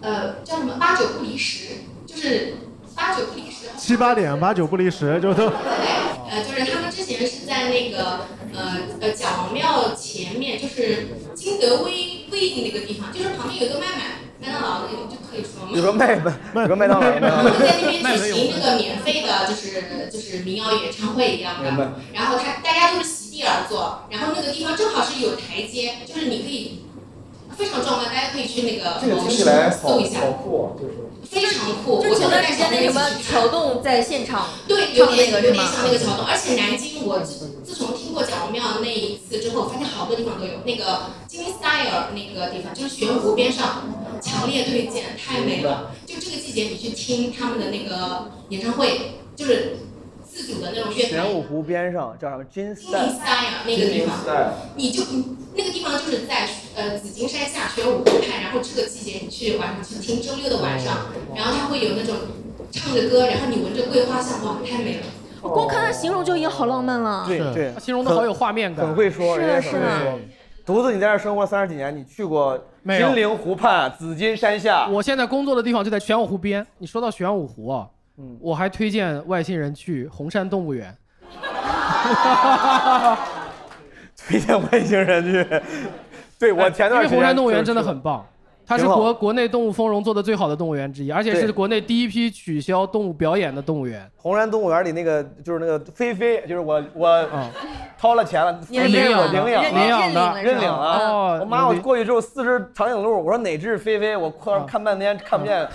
S13: 呃叫什么八九不离十，就是八九不离十，
S6: 七八点八九不离十， 就都
S13: 呃，就是他们之前是在那个呃呃蒋庙前面，就是金德威威的那个地方，就是旁边有一个麦麦麦当劳的那个，就可以说吗？
S4: 有个麦麦，有个麦当劳，麦当劳
S13: 就在那边举行那个免费的，就是就是民谣演唱会一样
S4: 明
S13: 的。
S4: 白。
S13: 然后他大家都是席地而坐，然后那个地方正好是有台阶，就是你可以非常壮观，大家可以去那个
S4: 这个
S13: 网
S4: 听
S13: 上
S4: 起来好
S13: 哦搜一下
S4: 好，酷啊，就是。
S13: 非常酷。
S7: 就是
S13: 我
S7: 前
S13: 觉
S7: 段
S13: 得
S7: 时间那什么桥洞在现场
S13: 对，有
S7: 唱那
S13: 点有
S7: 个是
S13: 点
S7: 吗？
S13: 像那个桥洞，而且南京我自自从听过蒋文庙那一次之后，发现好多地方都有那个金 style 那个地方，就是玄湖边上，强烈推荐，太美了。就这个季节你去听他们的那个演唱会，就是自主的那种乐
S4: 玄
S13: 团。
S4: 武湖边上叫什么？金
S13: 金陵
S4: 赛，
S13: style 那个地方，你就你那个地方就是在呃紫金山下玄武湖畔，然后这个季节你去晚上去听，周六的晚上，然后它会有那种唱着歌，然后你闻着桂花香，哇，太美了。
S7: 我光看他形容就已经好浪漫了。
S4: 对对，
S2: 啊形容的好有画面感，
S4: 很会说，
S7: 是啊
S4: 人家很
S7: 是
S4: 会
S7: 啊
S4: 说。独自你在这儿生活三十几年，你去过
S2: 有
S4: 金陵湖畔、紫金山下？
S2: 啊我现在工作的地方就在玄武湖边。你说到玄武湖啊，
S4: 嗯
S2: 我还推荐外星人去红山动物园。
S4: 推荐外星人去。 对我前段时
S2: 哎因为红
S4: 间
S2: 山动物园
S4: 就
S2: 真
S4: 是
S2: 的很棒，它是
S4: 挺好
S2: 国国内动物丰容做的最好的动物园之一，而且
S4: 对
S2: 是国内第一批取消动物表演的动物园。
S4: 红山动物园里那个就是那个菲菲，就是我我掏了钱了，
S2: 你
S4: 菲菲
S2: 领
S4: 我
S2: 养
S4: 领养
S2: 的嗯领养的
S4: 认领了
S2: 哦。
S4: 我妈，我
S2: 你嗯
S4: 过去之后四只长颈鹿，我说哪只是菲菲？我看看半天看不见，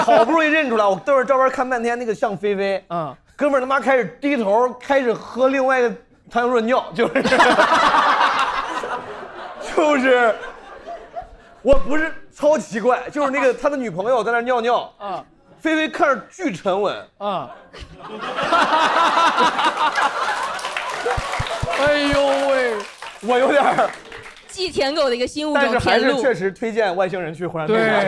S4: 好不容易认出来，我对着照片看半天，那个像菲菲。
S2: 嗯，
S4: 哥们儿他妈开始低头，开始喝另外一个长颈鹿的尿，就是 就是，我不是超奇怪，就是那个他的女朋友在那儿尿尿，
S2: 啊
S4: 菲菲看着巨沉稳。
S2: 啊！ 哎呦喂，
S4: 我有点儿，
S7: 继舔狗的一个新物
S4: 但是
S7: 种
S4: 还
S7: 田
S4: 是
S7: 鹿，
S4: 确实推荐外星人去红山动物
S2: 对
S4: 园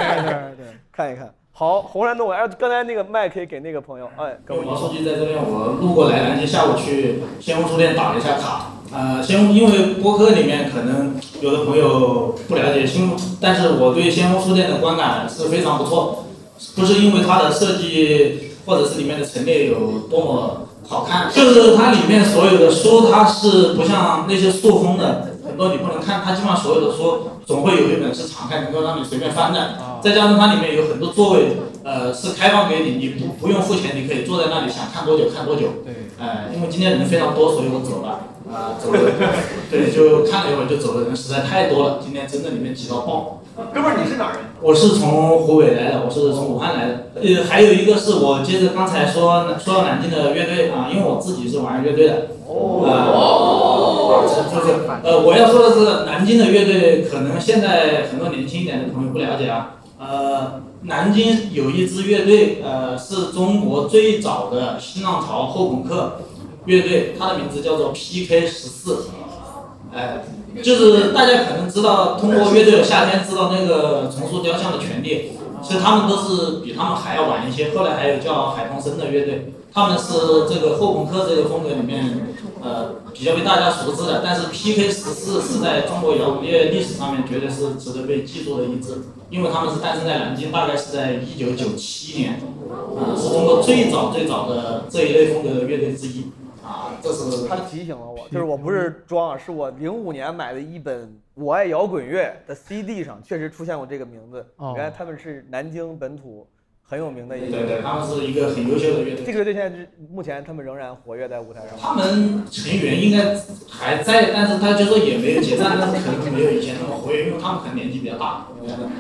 S2: 对
S4: 对，看一看。好，红山动物园，哎刚才那个麦可以给那个朋友，哎，给我
S16: 毛书记在这边，我路过来南京，下午去仙翁书店打了一下卡。呃，仙翁因为播客里面可能有的朋友不了解仙翁，但是我对仙翁书店的观感是非常不错，不是因为它的设计或者是里面的陈列有多么好看，就是它里面所有的书，它是不像那些塑封的，很多你不能看，它基本上所有的书总会有一本是常开，能够让你随便翻的。再加上它里面有很多座位，呃，是开放给你，你不不用付钱，你可以坐在那里想看多久看多久。对，呃，因为今天人非常多，所以我走了，啊、走 了，对，就看了一会儿就走了，人实在太多了，今天真的里面挤到爆。
S4: 哥们儿，你是哪儿人？
S16: 我是从湖北来的，我是从武汉来的。呃，还有一个是我接着刚才说说到南京的乐队啊，因为我自己是玩乐队的。哦。就是呃，我要说的是，南京的乐队可能现在很多年轻一点的朋友不了解啊。呃，南京有一支乐队，呃，是中国最早的新浪潮后朋克乐队，它的名字叫做 PK 十四。哎，就是大家可能知道，通过乐队的夏天知道那个重塑雕像的权利，其实他们都是比他们还要晚一些。后来还有叫海风声的乐队，他们是这个后朋克这个风格里面，呃，比较被大家熟知的。但是 PK 十四是在中国摇滚乐历史上面绝对是值得被记住的一支，因为他们是诞生在南京，大概是在一九九七年，啊、是中国最早最早的这一类风格的乐队之一。啊，这是
S4: 他提醒了我，就是我不是装啊，是我零五年买的一本《我爱摇滚乐》的 CD 上确实出现过这个名字。
S16: 哦
S4: 原来他们是南京本土很有名的一个，
S16: 对对，他们是一个很优秀的乐队。
S4: 这个乐队现在是目前他们仍然活跃在舞台上。
S16: 他们成员应该还在，但是他就说也没有解散，但是可能没有以前那么活跃，因为他们可能年纪比较大。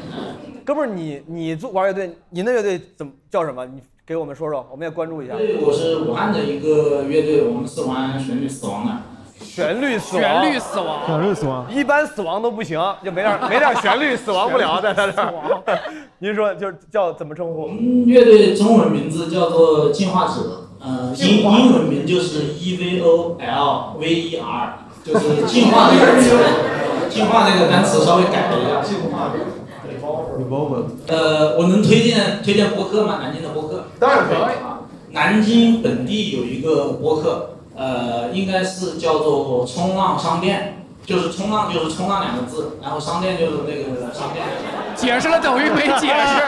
S4: 哥们儿，你你做玩乐队，您的乐队怎么叫什么？你给我们说说，我们也关注一下。
S16: 对，我是武汉的一个乐队，我们是玩旋律死亡的。
S4: 旋律死亡，
S2: 旋律死亡
S6: 小瑞死亡。
S4: 一般死亡都不行，就没 点没点旋律死亡不了，在他这儿。 您说就是叫怎么称呼？
S16: 乐队中文名字叫做进化者，呃，英
S4: 进化
S16: 英文名就是 E V O L V E R，就是进化那个进化那个单词稍微改了一下。进化。呃，我能推荐推荐播客吗？南京的播客？
S4: 当然可以
S16: 啊。南京本地有一个播客，呃，应该是叫做冲浪商店，就是冲浪就是冲浪两个字，然后商店就是那个商店。
S2: 解释了等于没解释。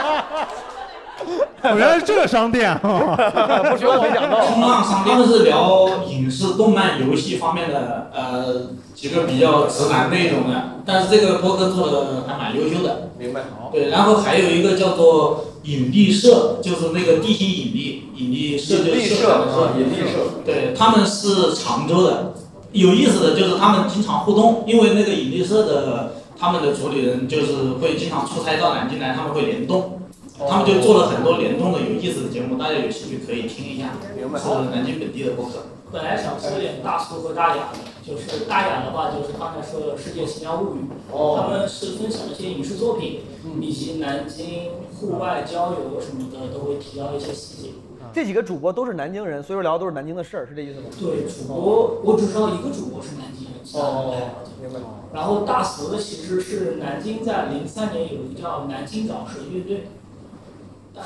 S6: 原来是这个商店啊！
S4: 不说我没想到
S16: 冲浪商店是聊影视、动漫、游戏方面的，呃，几个比较直男内容的，但是这个播客做的还蛮优秀的。
S4: 明白。
S16: 对，然后还有一个叫做引力社，就是那个地心引力，引力社就是长的
S4: 引力社啊引力社
S16: 对，他们是常州的。有意思的就是他们经常互动，因为那个引力社的他们的主理人就是会经常出差到南京来，他们会联动，
S4: 哦
S16: 他们就做了很多联动的有意思的节目，大家有兴趣可以听一下。
S4: 明白
S16: 是南京本地的播客。
S17: 本来想说点大叔和大雅的，就是大雅的话，就是刚才说的《世界奇妙物语》
S4: 哦
S17: 他们是分享一些影视作品，以及南京户外郊游什么的，都会提到一些细节。
S4: 嗯这几个主播都是南京人，所以说聊的都是南京的事儿，是这意思吗？
S17: 对，主播我只知道一个主播是南京人，其他人不太了解。
S4: 哦明白。
S17: 然后大蛇其实是南京在零三年有一个叫南京饶舌乐队，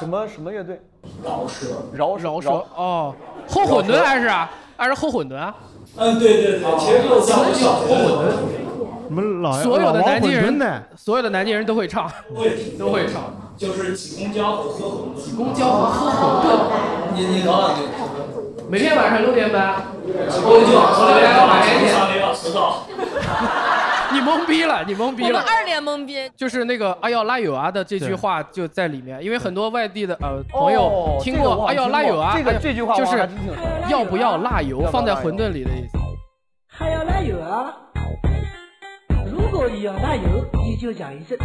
S4: 什么什么乐队？
S17: 饶舌。
S4: 饶
S2: 饶舌哦，后混沌还是啊？还是后混沌啊？
S17: 嗯，对对对，其实就是小小后混沌。
S6: 你们老
S2: 所有的南
S6: 老王
S2: 京
S6: 混
S2: 人
S6: 沌呢，
S2: 所有的南京人都会唱，都会唱。
S17: 就是挤公交和喝馄饨。挤
S2: 公交和喝馄饨。
S16: 你你等等
S2: 每天晚上六点半，
S17: 我就往上聊
S2: 晚一
S17: 上
S2: 点。
S17: 要迟到。
S2: 你懵逼了，你懵逼
S18: 我们
S2: 了。
S18: 二脸懵逼。
S2: 就是那个“哎呦拉友啊”的这句话就在里面，因为很多外地的呃朋
S4: 哦
S2: 友听
S4: 这个我
S2: 过“
S4: 好
S2: 哎
S4: 像
S2: 呦拉友啊”，
S4: 听过这个
S2: 哎呦
S4: 这句话我
S2: 就
S4: 好像
S2: 是
S4: 还真听说过
S2: 要不要辣油
S4: 要不要
S2: 放在
S4: 辣油
S2: 馄饨里的意思。
S3: 还要辣油啊！如果你要辣油，你就讲一声。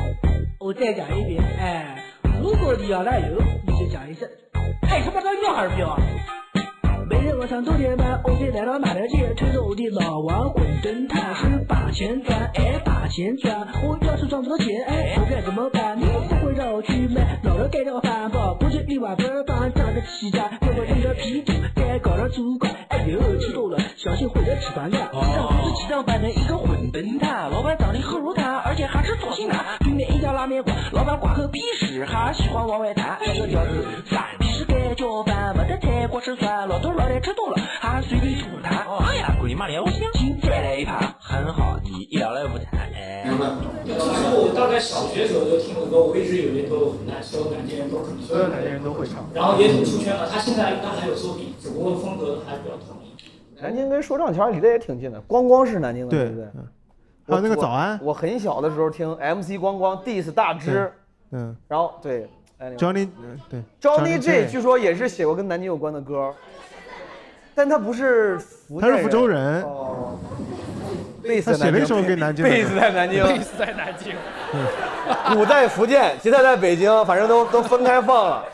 S3: 我再讲一遍，哎，如果你要辣油，你就讲一声。哎，他妈的要还是不要啊？每天晚上六点半，我得来到马条街，推着我的老王滚灯摊，是把钱赚，哎，把钱赚。我要是赚不到钱，哎，我该怎么办？你们不会让我去买老了盖掉饭，保不是一碗分饭，长得起家，不会遇到皮肚，再搞上主管，哎呦，激动了，小心毁了纸团呀！但不是鸡蛋饭的一个混沌摊，老板长得黑如他，而且还是左性男。对面一家拉面馆，老板挂个屁屎，还喜欢往外弹，这个屌丝三皮是盖浇饭，没得菜瓜吃酸，老头老太吃多了，还随地吐痰。哎呀，鬼妈的，我想请再来一盘，很好，你一聊来无谈，哎。
S17: 就是我大概小学时候就听过歌，我一直以为都南所有南京人都可能，
S2: 所有南京人都会唱
S17: 然后也挺
S4: 嗯
S17: 出圈了。他现在应该还有作品，只不过风格还比较统一。
S4: 南京跟说唱圈离得也挺近的，光光是南京的，
S6: 对
S4: 对不对？
S6: 还有那个
S4: 我
S6: 早安，
S4: 我我很小的时候听 MC 光光 diss 大只，
S6: 嗯
S4: 然后对哎那个
S6: ，Johnny，嗯对
S4: Johnny J
S6: 据
S4: 据说也是写过跟南京有关的歌，但他不是福
S6: 他
S4: 建
S6: 是福州人，
S4: 哦，贝斯
S6: 他
S4: 在
S6: 写了一
S4: 南
S6: 首
S4: 京
S6: 给南京的歌，
S4: 贝斯在南京，
S2: 贝斯在南京，
S4: 鼓在福建，吉他在北京，反正都都分开放了。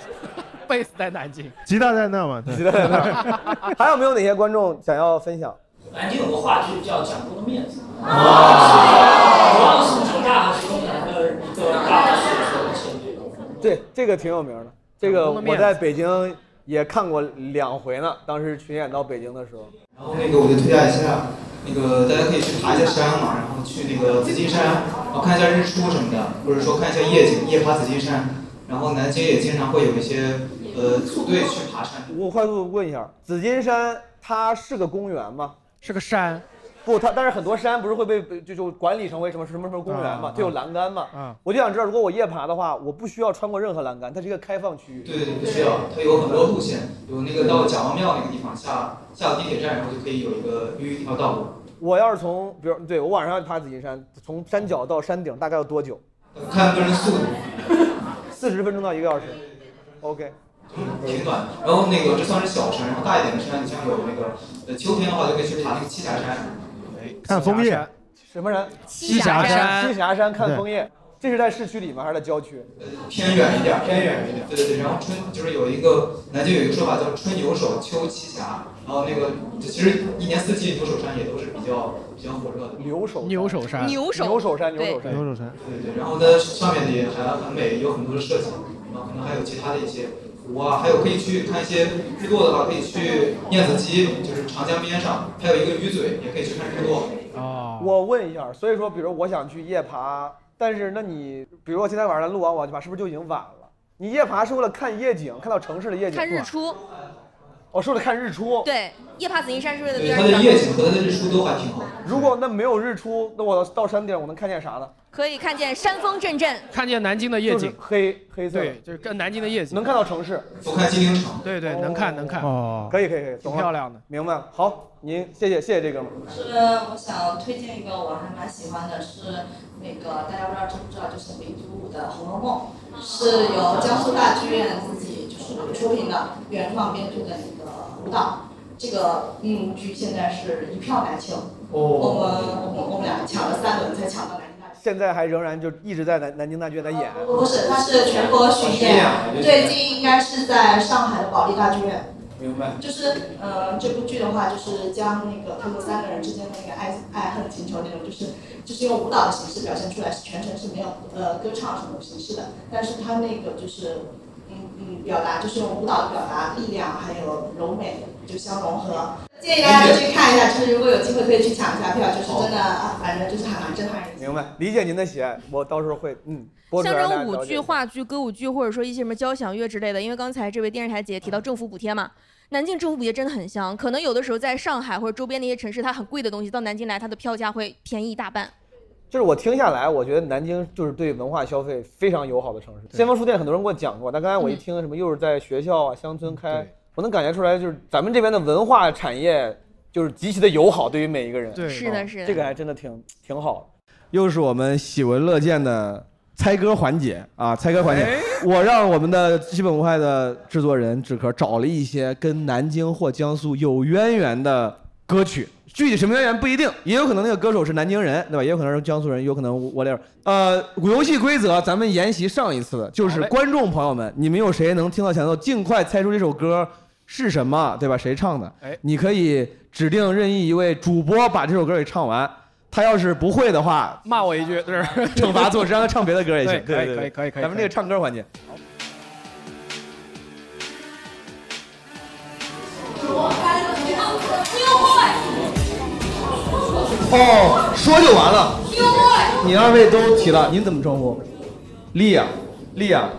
S2: 贝斯在南京。
S6: 吉他在那嘛，对
S4: 吉他在那 儿。还有没有哪些观众想要分享？
S17: 南京有个话剧叫《蒋公的面子》，
S4: 啊
S17: 主要是浙大和东南的一个大学生前辈。
S4: 对，这个挺有名的。这个我在北京也看过两回呢，当时巡演到北京的时候。
S11: 然后那个我就推荐一下，那个大家可以去爬一下山嘛，然后去那个紫金山，然后看一下日出什么的，或者说看一下夜景，夜爬紫金山。然后南京也经常会有一些呃组队去爬山。
S4: 我快速问一下，紫金山它是个公园吗？
S2: 是个山。
S4: 不，它但是很多山不是会被就就管理成为什么什么什么公园嘛
S6: 啊，
S4: 就有栏杆嘛。
S6: 啊
S4: 我就想知道，如果我夜爬的话，我不需要穿过任何栏杆，它是一个开放区域。
S11: 对对对，不需要，它有很多路线，有那个到贾王庙那个地方下下地铁站，然后就可以有一个预约一条道路。
S4: 我要是从，比如对我晚上要爬紫金山，从山脚到山顶大概要多久？
S11: 看个人速度。
S4: 四十分钟到一个小时。OK。
S11: 挺短。然后那个这算是小山，然后大一点的山，你像有那个呃秋天的话就可以去爬那个栖霞山。
S6: 看枫叶，
S4: 什么人？
S6: 栖霞山
S4: 栖霞山看枫叶。这是在市区里吗？还是在郊区？
S11: 偏远一点，偏远一点。对对对，然后春就是有一个南京有一个说法叫春游手，秋栖霞，然后那个其实一年四季牛首山也都是比较比较火热的。
S19: 牛首
S2: 牛首山
S7: 牛首
S19: 牛首山牛首
S20: 山牛首山，
S11: 对对对。然后呢，上面也还很美，有很多的设计，然后可能还有其他的一些湖啊，还有可以去看一些日落的话，可以去燕子矶，就是长江边上，还有一个鱼嘴，也可以去看日落。
S2: 哦，
S19: 我问一下，所以说，比如我想去夜爬，但是那你，比如我今天晚上录完啊我要去爬，是不是就已经晚了？你夜爬是为了看夜景，看到城市的夜景，
S7: 看日，出，
S19: 哦，是为了看日出。
S7: 对，夜爬紫金山是为了
S11: 对，
S7: 边
S11: 它
S7: 上
S11: 的夜景和它的日出都还挺好。
S19: 如果那没有日出，那我到山顶我能看见啥呢？
S7: 可以看见山峰阵阵。
S2: 看见南京的夜景，
S19: 黑黑
S2: 色，对，就是跟南京的夜景，
S19: 能看到城市，
S11: 俯瞰金陵城，
S2: 对对，能看能看，
S20: 哦，
S19: 可以可以可以，挺
S2: 漂亮的，
S19: 明白了。好，您谢谢谢谢这哥们儿。
S13: 是我想推荐一个我还蛮喜欢的，是那个大家不知道知不知道，就是维祖武的《红楼梦》，是由江苏大剧院自己就是出品的，原创编剧的那个舞蹈。这个嗯舞剧现在是一票难求，我们我
S11: 哦
S13: 们我们俩抢了三轮才抢到南京大剧
S19: 现在还仍然就一直在南南京大剧院在演。
S11: 哦
S19: 哦
S13: 院。不是，它是全国巡演，最近应该是在上海的保利大剧院。
S11: 明白。
S13: 就是呃，这部剧的话，就是将那个他们三个人之间的那个爱爱恨情仇那种，就是就是用舞蹈的形式表现出来，是全程是没有呃歌唱什么形式的，但是他那个就是嗯嗯表达就是用舞蹈的表达力量还有柔美就相融合。建议大家
S3: 嗯
S13: 都去看一下，就是如果有机会可以去抢一下票，就是真的啊，反正就是还蛮震撼人的。
S19: 明白，理解您的喜爱，我到时候会嗯，播出
S7: 像
S19: 来
S7: 这
S19: 让大家
S7: 种舞
S19: 了解
S7: 剧、话剧、歌舞剧，或者说一些什么交响乐之类的，因为刚才这位电视台姐也
S19: 嗯
S7: 提到政府补贴嘛，南京政府补贴真的很香。可能有的时候在上海或者周边的一些城市，它很贵的东西到南京来，它的票价会便宜一大半。
S19: 就是我听下来，我觉得南京就是对文化消费非常友好的城市。先锋书店很多人给我讲过，但刚才
S7: 嗯
S19: 我一听什么又是在学校啊、乡村开，我能感觉出来，就是咱们这边的文化产业就是极其的友好，对于每一个人。
S2: 对
S7: 是的是的
S19: 这个还真的挺挺好的。又是我们喜闻乐见的猜歌环节啊，猜歌环节，
S4: 我让我们的基本无害的制作人纸壳找了一些跟南京或江苏有渊源的歌曲，具体什么渊源不一定，也有可能那个歌手是南京人，对吧？也有可能是江苏人，有可能 whatever。呃，游戏规则咱们沿袭上一次的，就是观众朋友们，你们有谁能听到前奏，尽快猜出这首歌是什么，对吧？谁唱的？
S2: 哎
S4: 你可以指定任意一位主播把这首歌给唱完。他要是不会的话，
S2: 骂我一句，这是
S4: 惩罚做，让他唱别的歌也行。
S2: 对
S4: 对对
S2: 可以可以可以可以
S4: 咱们这个唱歌环节。哦，说就完了。你二位都提了，您怎么称呼？丽亚，丽亚，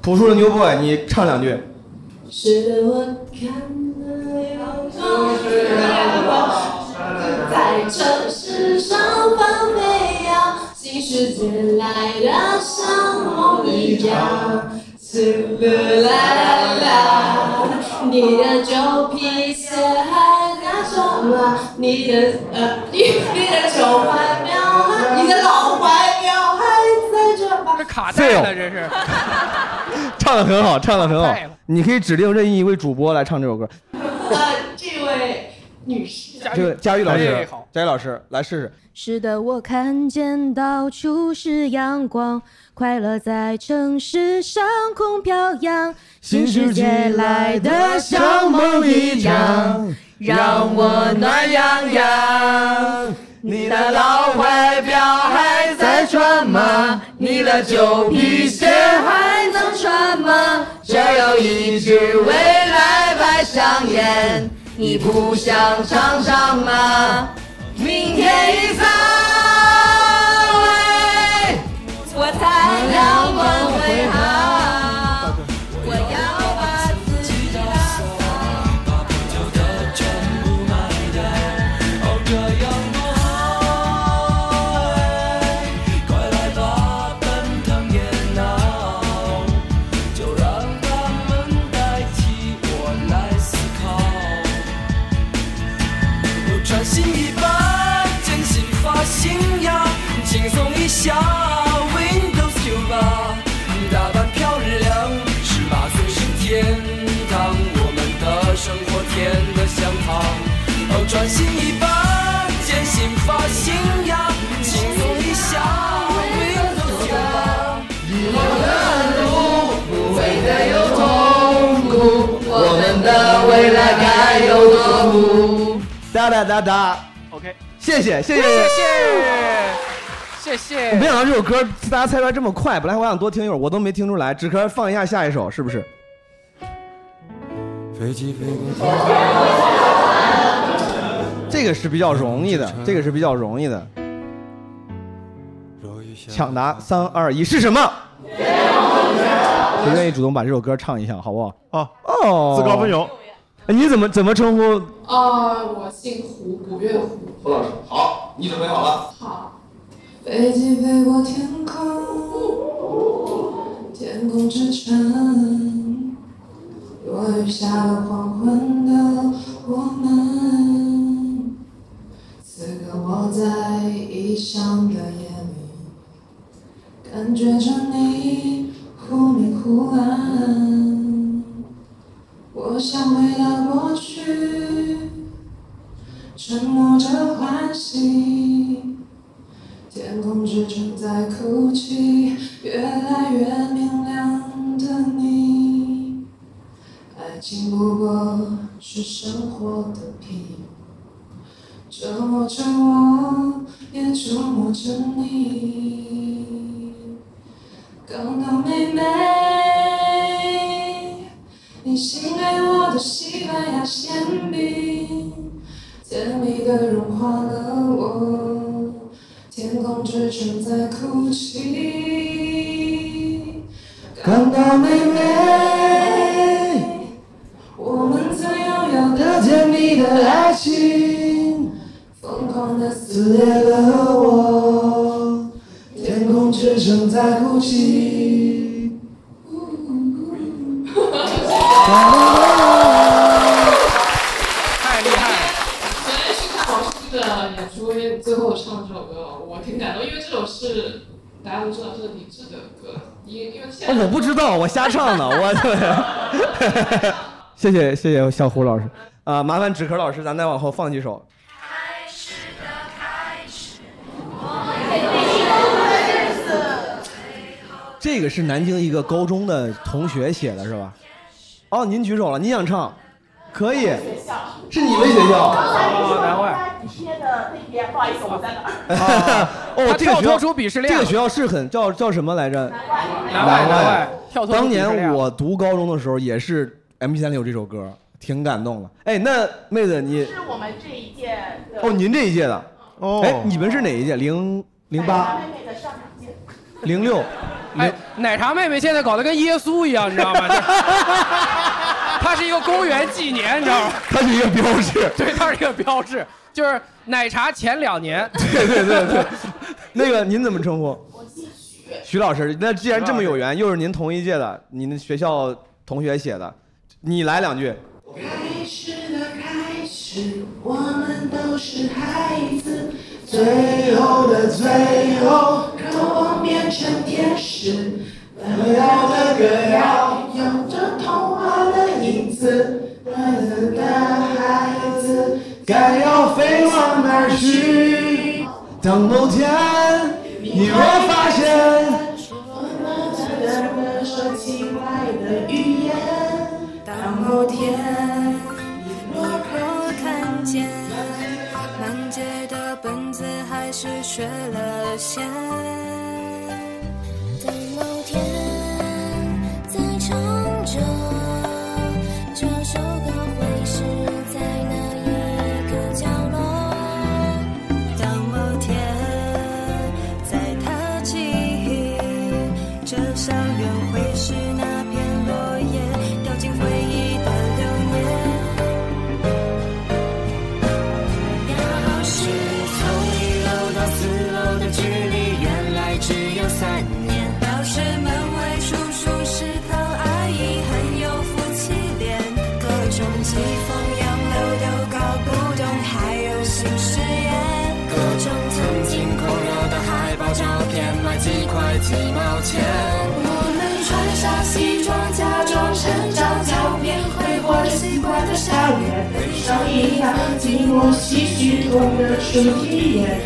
S4: 朴树的 New Boy，你唱两句。
S10: 是我看的阳光，是我在城市上啊翻飞呀，新世界来的像梦一样。啦啦啦，你的旧皮鞋还拿着吗？你的呃，你你的旧怀表还，你的老怀表还在这吗？这
S2: 卡
S4: 带了
S2: 这是。
S4: 唱的很好，唱的很好
S10: 太了。
S4: 你可以指定任意一位主播来唱这首歌。
S10: 呃，这位女士，
S4: 这个佳玉老
S10: 哎
S4: 师
S10: 好，
S4: 佳玉老师来试试。
S21: 是的，我看见到处是阳光，快乐在城市上空飘扬，新世界来的像梦一样，让我暖洋洋。
S4: 你
S10: 的老怀表还在穿吗？你的旧皮鞋还能穿吗？这有一只未来白香烟，你不想尝尝吗？明天一早，哎我才阳光会好。我要把自己打扫。
S3: 穿新衣吧，剪新发型呀，轻松一下，Windows 九八，打扮漂亮，十八岁是天堂，我们的生活甜得像糖。哦，穿新衣吧，剪新发型呀，轻松一下，Windows 九八，以后的路不会再有
S10: 痛苦，我们的未来该有多
S4: 嗯哒哒哒哒。
S2: OK，
S4: 谢谢谢
S2: 谢
S4: 谢
S2: 谢谢谢。
S4: 没想到这首歌大家猜出来这么快，本来我想多听一会儿，我都没听出来，只可以放一下下一首，是不是？
S22: 飞机飞过
S4: 这个是比较容易的，这个是比较容易的。抢答三二一是什么？谁愿意主动把这首歌唱一下，好不好？
S6: 哦
S4: 哦，
S6: 自告奋勇。
S4: 哎你怎么怎么称呼？哦
S10: 啊，我姓胡，古月胡。
S23: 胡老师，好，你准备好了？
S10: 好，飞机飞过天空，天空之城，落雨下的黄昏的我们，此刻我在异乡的夜里，感觉着你忽明忽暗，我想回到过去。沉默着欢喜，天空之城在哭泣，越来越明亮的你，爱情不过是生活的皮，折磨着我，也折磨着你。刚刚妹妹，你醒来我的西班牙馅饼。甜蜜的融化了我，天空之城在哭泣。感到美美，我们曾拥有的甜蜜的爱情，疯狂的撕裂了我，天空之城在哭泣。
S2: 太厉害了！
S11: 昨天去看王师的演出，因啊为最后唱这首歌，我挺感动，因为这首是大家都知道这是李志的歌，因因为现在
S4: 哦我不知道，我瞎唱的， 我 对。 谢谢谢谢小胡老师啊、麻烦纸壳老师，咱再往后放几首。这个是南京一个高中的同学写的，是吧？哦，您举手了，您想唱，可以，是你们学
S21: 哦
S4: 校。
S24: 哦
S21: 贴的那边，不好意思，我在哪
S4: 哎
S21: 儿？
S4: 哦，这个学
S2: 跳脱
S4: 校
S2: 出鄙视链
S4: 这个学校是很叫叫什么来着？哎
S2: 南外南外跳脱出
S4: 当
S2: 鄙视链
S4: 年我读高中的时候，也是 M P 三六这首歌，挺感动的。哎，那妹子你
S21: 是我们这一届的
S4: 哦，您这一届的
S6: 哦
S4: 哎，你们是哪一届？零零八、
S21: 妹妹的上场见。
S4: 零六。
S2: 哎，奶茶妹妹现在搞得跟耶稣一样，你知道吗？ 就是她是一个公元纪年，你知道吗？
S4: 它是一个标志。
S2: 对，她是一个标志，就是奶茶前两年。
S4: 对对对对，那个您怎么称呼？我姓徐。徐老师，那既然这么有缘，又是您同一届的，您学校同学写的，你来两句。
S24: 开始的开始，我们都是孩子，最后的最后，渴望变成天使，各要的各要，有着童话的影子，我们的孩子该要飞往哪儿去？
S4: 等某天，
S24: 你会发现，我们的说奇怪的语言，当某天。
S3: 落魄看见，满街的本子还是学了线。等某天再唱着这首歌，会是在哪一个角落？当某天再踏进这校园，会是那片落叶掉进回忆的流年。
S22: 要是从一楼到四楼的距离，原来只有三年。
S3: 老师、门卫、叔叔、食堂阿姨很有夫妻脸，各种疾风扬流都搞不懂，还有新实验。
S22: 各种曾经狂热的海报照片，卖几块几毛钱。
S24: 我们穿上西装，假装成长，照片挥霍着习惯的笑脸，悲伤一样，寂寞唏嘘，痛的出一眼，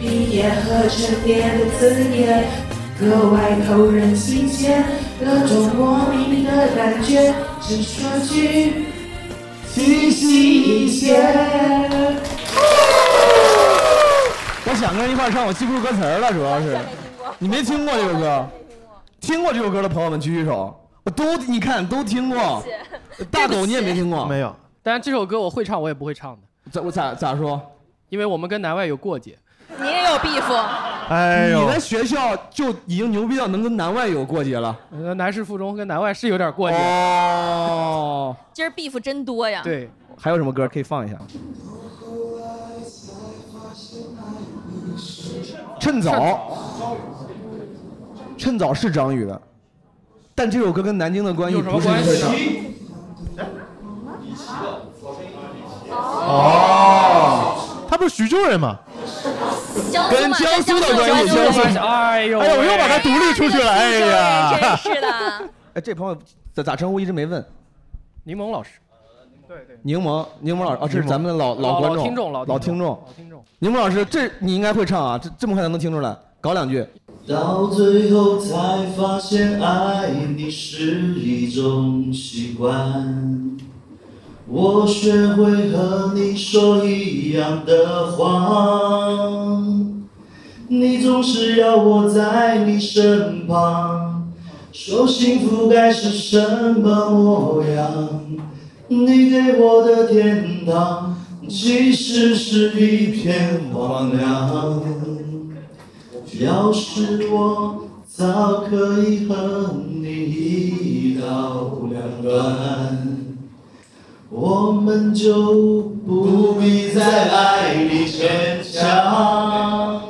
S24: 毕业和成年的字眼，格外扣人心弦，各种莫名的感觉，只说句清晰一些。
S4: 想跟人一块儿唱，我记不住歌词儿了，主要是。你没听过这首歌？听过这首歌的朋友们举举手。我都你看都听过，大狗你也没听过，
S6: 没有。
S2: 但这首歌我会唱，我也不会唱的。
S4: 咋我咋咋说？
S2: 因为我们跟南外有过节。
S7: 你也有 beef，
S6: 哎
S4: 呦，你在学校就已经牛逼到能跟南外有过节了。
S2: 呃，南师附中跟南外是有点过节。
S4: 哦，
S7: 今儿 beef 真多呀。
S2: 对，
S4: 还有什么歌可以放一下？趁早，趁早是张宇的，但这首歌跟南京的关系
S2: 有什
S4: 不
S2: 么
S4: 是一
S2: 关
S4: 回
S2: 系
S4: 事
S2: 呢
S4: 儿？？哦
S6: 他不是徐州人吗？
S4: 跟江苏的关系，江苏
S2: 江苏哎呦
S4: 哎呦，我又把它独立出去了，哎呀，
S7: 真是的。
S4: 哎，这朋友咋咋称呼一直没问，
S2: 柠檬老师，
S4: 柠檬，柠檬老师，哦，这是咱们的老
S2: 老
S4: 观众，
S2: 老听众老听众
S4: 老听众，
S2: 老听众。
S4: 柠檬老师，这你应该会唱啊，这这么快才能听出来，搞两句。
S25: 到最后才发现，爱你是一种习惯。我学会和你说一样的话，你总是要我在你身旁，说幸福该是什么模样？你给我的天堂，其实是一片荒凉。要是我早可以和你一刀两断，我们就不必在爱里牵强。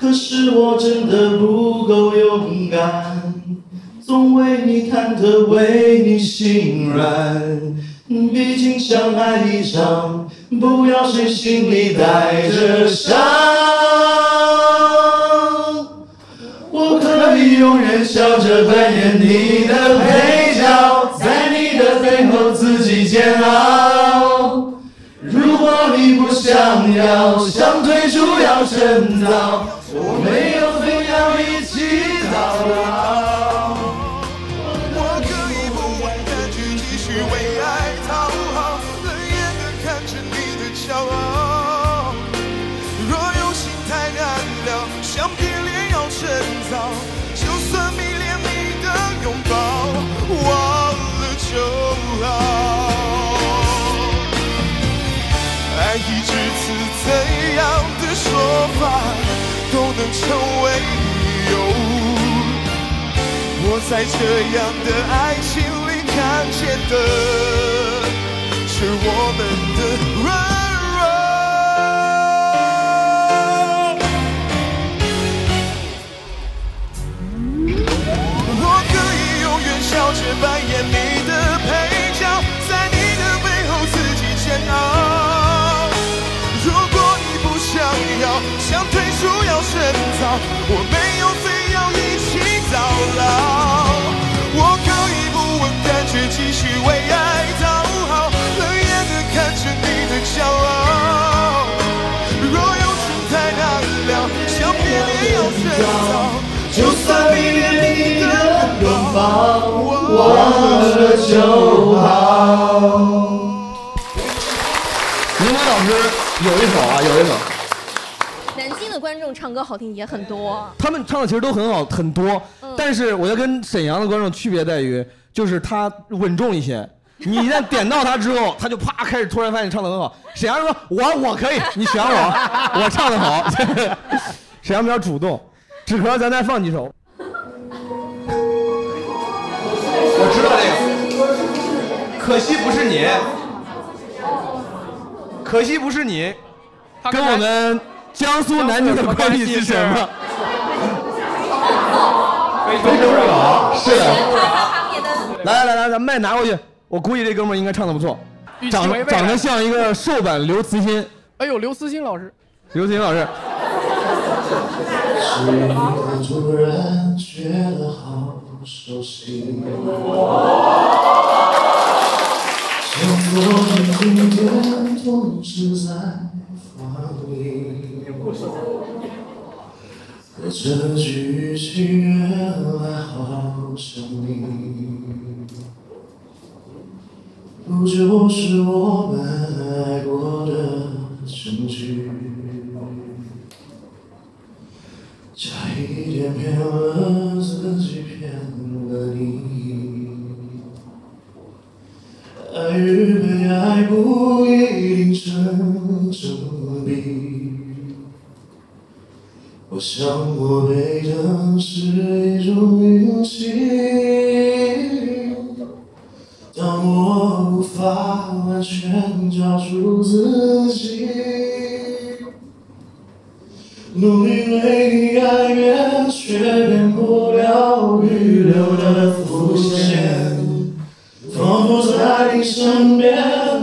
S25: 可是我真的不够勇敢，总为你忐忑，为你心软。毕竟相爱一场，不要谁心里带着伤。我可以永远笑着扮演你的配角，在你的背后自己煎熬。如果你不想要，想退出要趁早，我没有非要一起到老。
S24: 我可以不问的去继续为爱讨好，冷眼的看着你的骄傲。若有心太难了，想别恋要趁早，就算迷恋你的拥抱，忘了就好。爱已至此，怎样的说法都能成为理由。我在这样的爱情里看见的，是我们的温柔。我可以永远笑着扮演你的配角，在你的背后自己煎熬。如果你不想要，想退出要趁早，我没有非要一起到老。我可以不问，但却继续为爱讨好，冷眼的看着你的骄傲。若有情太难了，想别离要趁早。
S25: 就算迷恋你的拥抱，忘了就好。
S4: 柠檬老师有一首啊，有一首，
S7: 南京的观众唱歌好听也很多，
S4: 他们唱的其实都很好，很多，但是我觉得跟沈阳的观众区别在于，就是他稳重一些。你一旦点到他之后， 他就啪开始突然发现你唱的很好。沈阳说：“我我可以，你选我，我唱的好。” 沈阳比较主动，纸壳咱再放几首。我知道这个，可惜不是你，可惜不是你，跟我们江苏南京的关系是什么？非洲之宝是的。来来来，咱麦拿过去，我估计这哥们儿应该唱的不错
S2: 预，期
S4: 长
S2: 违背
S4: 长得
S2: 了
S4: 像一个瘦版刘慈欣，
S2: 哎呦，刘思欣老师，
S4: 刘慈欣老师。
S25: 我突然觉得好熟悉。像我的今天总是在放映，可这剧情原来好像你，不就是我们爱过的证据？骗了自己，骗了你。爱与被爱不一定成正比。我想我被疼是一种运气，但我无法完全抓住自己。努力为你改变，却变不了预留的伏线。仿佛在你身边，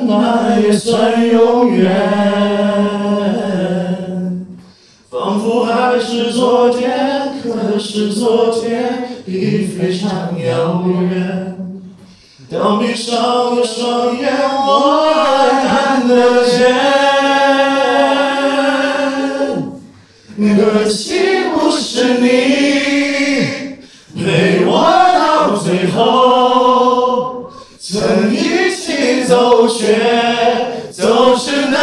S25: 那也算永远。仿佛还是昨天，可是昨天已非常遥远。当闭上了双眼，我还看得见。可惜不是你陪我到最后，曾一起走却总是难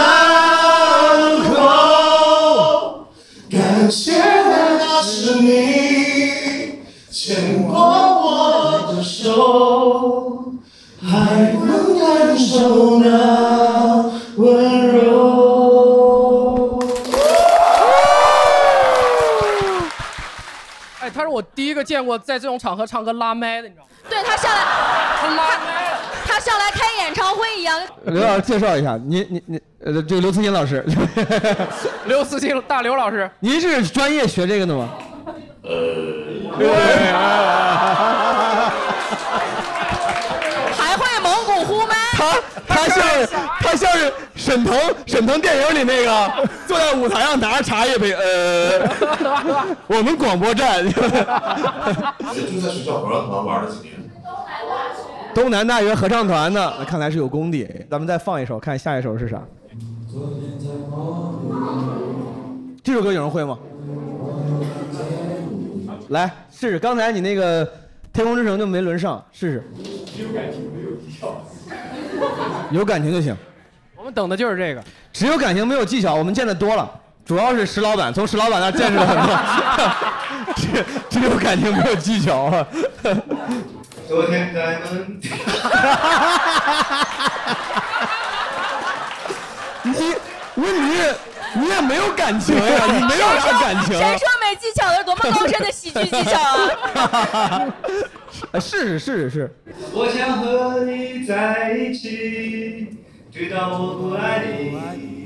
S25: 过。感谢那是你牵过我的手，还能感受那温柔。
S2: 哎，他是我第一个见过在这种场合唱歌拉麦的，你知道吗？
S7: 对他上来，
S2: 他
S7: 他上来开演唱会一样，
S4: 刘老师介绍一下，你你你，呃，这个刘慈欣老师，
S2: 刘慈欣大刘老师，
S4: 您是专业学这个的吗？
S7: 还会蒙古呼麦。
S4: 他他像是他像是沈腾沈腾电影里 那个坐在舞台上拿着茶叶杯，呃，我们广 播站，
S25: 我就在学校合唱团玩了几年。
S4: 东南大学合唱团呢，那看来是有功底。咱们再放一首，看下一首是啥？这首歌有人会吗？来试试，刚才你那个《天空之城》就没轮上，试试，有感情就行。
S2: 我们等的就是这个。
S4: 只有感情没有技巧，我们见的多了，主要是石老板，从石老板那儿见识了很多。 只只有感情没有技巧啊。
S25: 昨天在门，
S4: 你问题是你也没有感情
S7: 啊
S4: 呀，你没有
S7: 谁
S4: 啥
S7: 说
S4: 感情。
S7: 谁说没技巧的？多么高深的喜剧技巧 啊！
S4: 哎 是是是是，
S25: 我想和你在一起，直到我不爱你。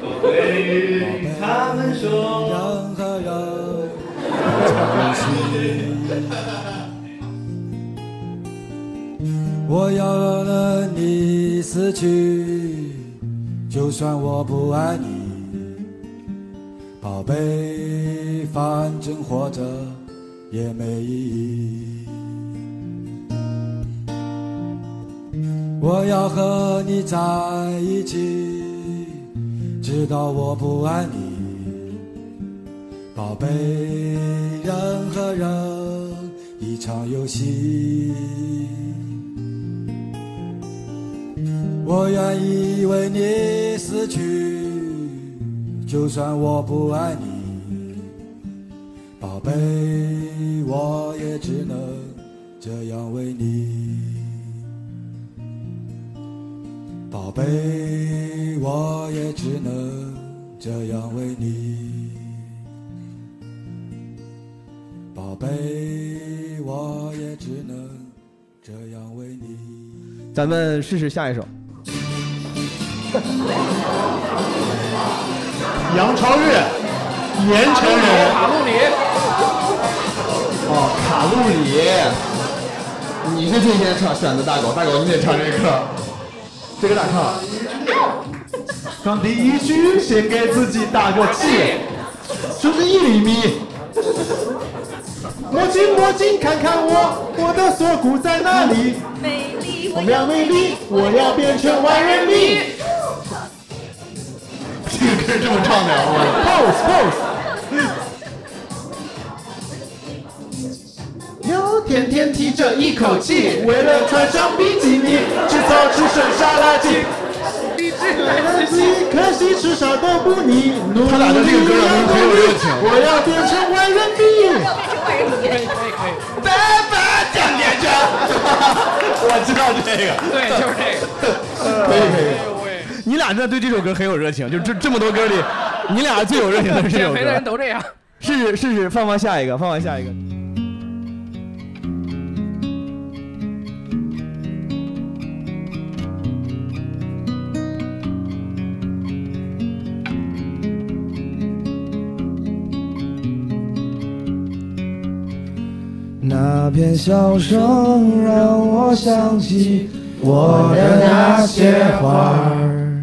S25: 我会与他们说，人和
S21: 我要了你死去，就算我不爱你，宝贝，反正活着也没意义。我要和你在一起，直到我不爱你，宝贝，人和人一场游戏。我愿意为你死去，就算我不爱你，宝贝，我也只能这样为你。宝贝，我也只能这样为你。宝贝，我也只能这样为你。
S4: 咱们试试下一首。
S3: 杨超越，盐城人，
S2: 卡路里，
S4: 哦，卡路里，你是最先唱选的大狗，大狗你得唱这个，这个咋唱？啊
S3: 刚第一句先给自己打个气，就是一厘米。魔镜魔镜看看我，我的锁骨在哪 里？
S6: 美丽
S3: 我要美丽，我要变成万人迷。
S4: 这个歌这么唱的
S3: pose pose。又天天提着一口气，为了穿上比基尼，制造出剩下垃圾。为了自己，可惜吃啥都不腻。努力
S4: 他俩的这个歌儿
S3: 努力
S4: 很有热情
S3: 我要变成万
S26: 万人民币。
S4: 拜拜，蒋铁军。 我知道这个，
S26: 对就是
S4: 这个。可以可以。你俩真的对这首歌很有热情，就这这么多歌里，你俩最有热情的是这
S2: 减
S4: 首歌。
S2: 肥的人都这样。
S4: 试试试试，放放下一个，放放下一个。
S3: 那片笑声让我想起我的那些花儿，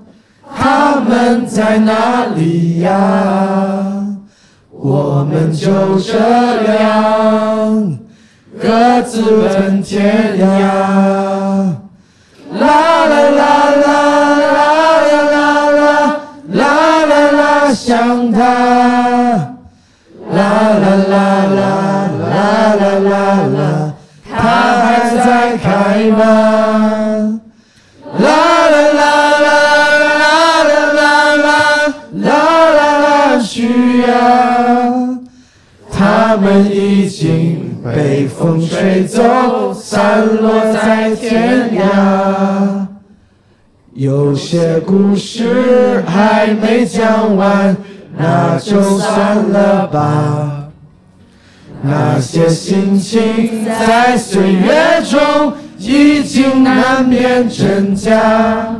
S3: 他们在哪里呀？我们就这样各自奔天涯。啦啦啦啦啦啦啦啦啦啦啦，想他。啦啦啦啦啦啦啦啦，他还在开吗？啦啦啦啦啦啦啦啦啦啦啦，需要。他们已经被风吹走，散落在天涯。有些故事还没讲完，那就算了吧。那些心情在岁月中已经难辨真假。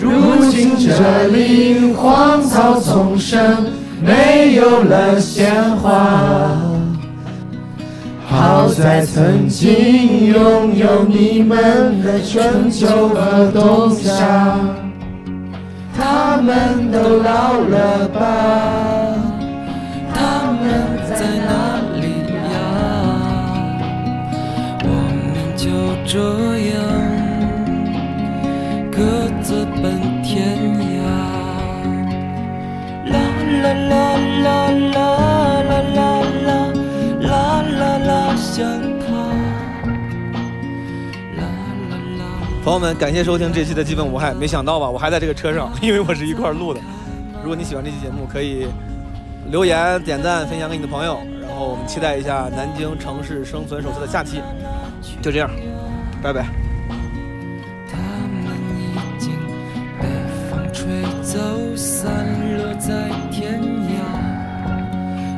S3: 如今这里荒草丛生，没有了鲜花。好在曾经拥有你们的春秋和冬夏，他们都老了吧？他们在哪里呀？
S10: 就这样各自奔天涯。啦啦啦啦啦啦啦啦啦啦啦，想他。
S4: 朋友们，感谢收听这期的《基本无害》。没想到吧，我还在这个车上，因为我是一块儿录的。如果你喜欢这期节目，可以留言、点赞、分享给你的朋友。然后我们期待一下南京城市生存手册的下期。就这样，拜拜。
S10: 风吹走，散落在天涯。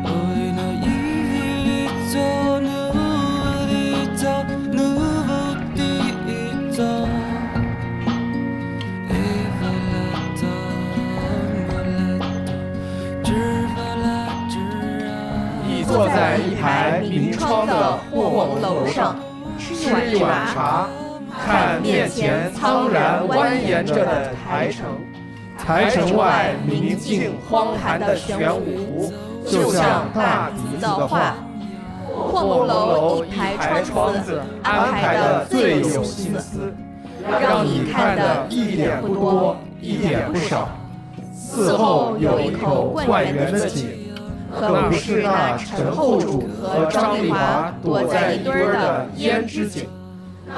S10: 哦
S2: 你坐在一排明窗的霍
S7: 红楼上，吃
S2: 吃一碗茶，看面前苍然蜿蜒着的台城，台城外明镜荒潭的玄武湖，就像大
S7: 子
S2: 的
S7: 的
S2: 画
S7: 画。
S2: 霍
S7: 红楼
S2: 一
S7: 一
S2: 排
S7: 排窗
S2: 窗子
S7: 子，
S2: 安
S7: 安
S2: 排
S7: 排
S2: 的
S7: 的
S2: 最
S7: 最
S2: 有
S7: 有
S2: 心
S7: 心
S2: 思
S7: 思，
S2: 让
S7: 让
S2: 你
S7: 你看
S2: 看的
S7: 的
S2: 一
S7: 一
S2: 点
S7: 点
S2: 不
S7: 不
S2: 多
S7: 多，
S2: 一
S7: 一
S2: 点
S7: 点
S2: 不
S7: 不
S2: 少
S7: 少。
S2: 嗣后有一口灌园的井，可不是那陈后主和张丽华躲在一堆儿的胭脂井。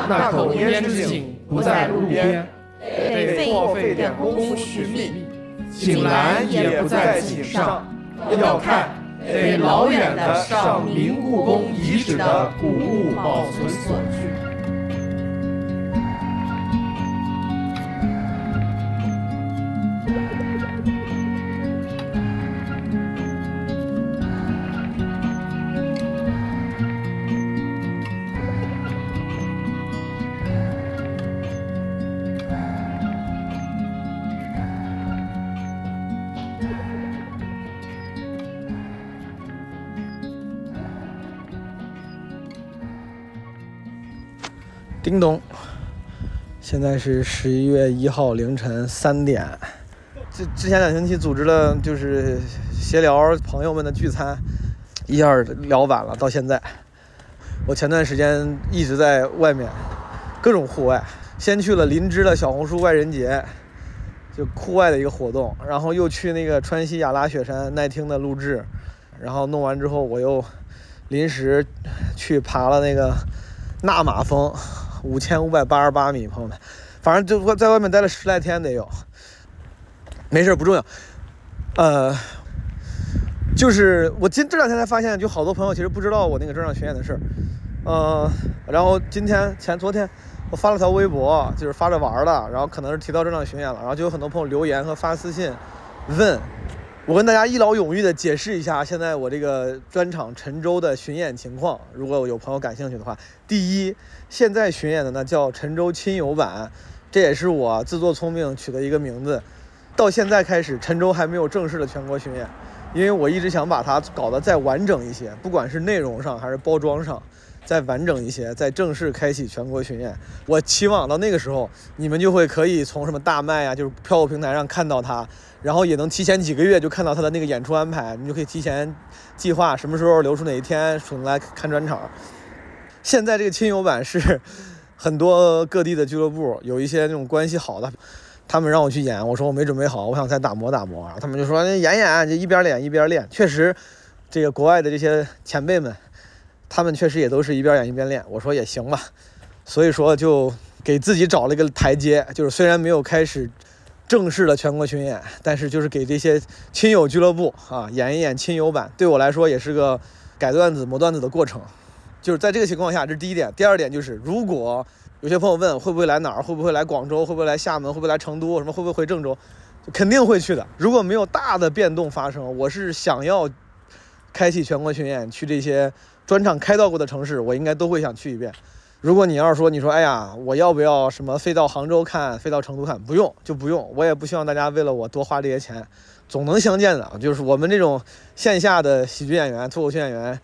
S2: 那口胭脂井不在路边，得耗费点功夫寻觅。井栏也不在井上，要看得老远的上明故宫遗址的古物保存所去。
S4: 叮咚，现在是十一月一号凌晨三点。之之前两星期组织了就是闲聊朋友们的聚餐，一下聊晚了，到现在，我前段时间一直在外面，各种户外，先去了林芝的小红书万人节，就户外的一个活动，然后又去那个川西亚拉雪山耐听的录制，然后弄完之后我又临时去爬了那个纳马峰，五千五百八十八米，朋友们，反正就在外面待了十来天得有，没事儿不重要，呃。就是我今这两天才发现，就好多朋友其实不知道我那个专场巡演的事儿，嗯，然后今天前昨天我发了条微博，就是发着玩儿的，然后可能是提到专场巡演了，然后就有很多朋友留言和发私信问，我跟大家一劳永逸的解释一下现在我这个专场陈州的巡演情况，如果有朋友感兴趣的话，第一，现在巡演的呢叫陈州亲友版，这也是我自作聪明取的一个名字，到现在开始陈州还没有正式的全国巡演。因为我一直想把它搞得再完整一些，不管是内容上还是包装上，再完整一些，再正式开启全国巡演。我期望到那个时候，你们就会可以从什么大麦啊，就是票务平台上看到它，然后也能提前几个月就看到它的那个演出安排，你就可以提前计划什么时候留出哪一天出来看专场。现在这个亲友版是很多各地的俱乐部有一些那种关系好的。他们让我去演，我说我没准备好，我想再打磨打磨。然后他们就说那演演，就一边演一边练。确实，这个国外的这些前辈们，他们确实也都是一边演一边练。我说也行吧，所以说就给自己找了一个台阶，就是虽然没有开始正式的全国巡演，但是就是给这些亲友俱乐部啊演一演亲友版，对我来说也是个改段子磨段子的过程。就是在这个情况下，这是第一点。第二点就是，如果有些朋友问会不会来哪儿，会不会来广州，会不会来厦门，会不会来成都，什么会不会回郑州，肯定会去的。如果没有大的变动发生，我是想要开启全国巡演，去这些专场开到过的城市，我应该都会想去一遍。如果你要是说你说哎呀，我要不要什么飞到杭州看，飞到成都看，不用就不用，我也不希望大家为了我多花这些钱，总能相见的。就是我们这种线下的喜剧演员、脱口秀演员。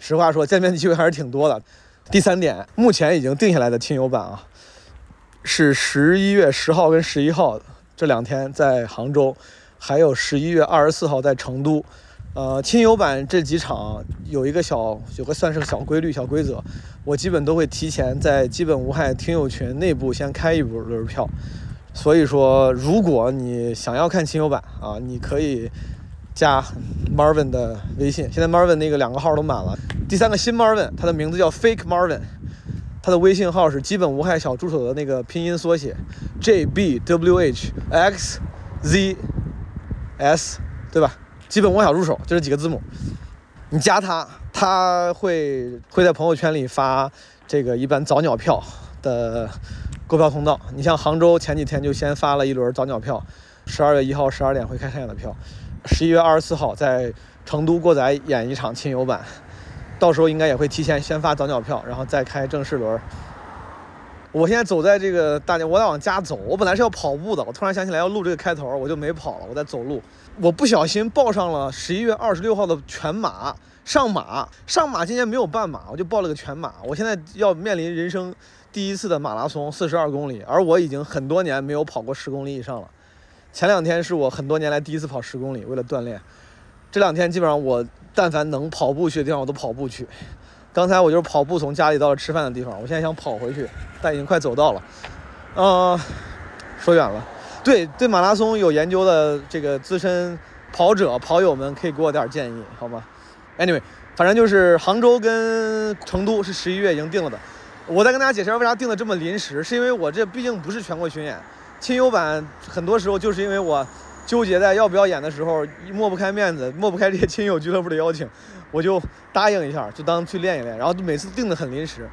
S4: 实话说，见面的机会还是挺多的。第三点，目前已经定下来的亲友版啊，是十一月十号跟十一号这两天在杭州，还有十一月二十四号在成都。呃，亲友版这几场有一个小，有个算是个小规律、小规则，我基本都会提前在基本无害听友群内部先开一波轮票。所以说，如果你想要看亲友版啊，你可以。加 Marvin 的微信，现在 Marvin 那个两个号都满了，第三个新 Marvin，他的名字叫 Fake Marvin，他的微信号是基本无害小助手的那个拼音缩写 J B W H X Z S，对吧？基本无害小助手就这几个字母，你加他，他会会在朋友圈里发这个一般早鸟票的购票通道。你像杭州前几天就先发了一轮早鸟票，十二月一号十二点会开开演的票。十一月二十四号在成都过载演一场亲友版，到时候应该也会提前先发早鸟票，然后再开正式轮。我现在走在这个大街，我在往家走。我本来是要跑步的，我突然想起来要录这个开头，我就没跑了，我在走路。我不小心报上了十一月二十六号的全马，上马上马今年没有半马，我就报了个全马。我现在要面临人生第一次的马拉松，四十二公里，而我已经很多年没有跑过十公里以上了。前两天是我很多年来第一次跑十公里，为了锻炼。这两天基本上我但凡能跑步去的地方，我都跑步去。刚才我就是跑步从家里到了吃饭的地方，我现在想跑回去，但已经快走到了。嗯、呃，说远了。对对，马拉松有研究的这个资深跑者跑友们可以给我点建议，好吗？Anyway，反正就是杭州跟成都是十一月已经定了的。我再跟大家解释为啥定的这么临时，是因为我这毕竟不是全国巡演。亲友版很多时候就是因为我纠结在要不要演的时候，抹不开面子，抹不开这些亲友俱乐部的邀请，我就答应一下，就当去练一练。然后每次定的很临时，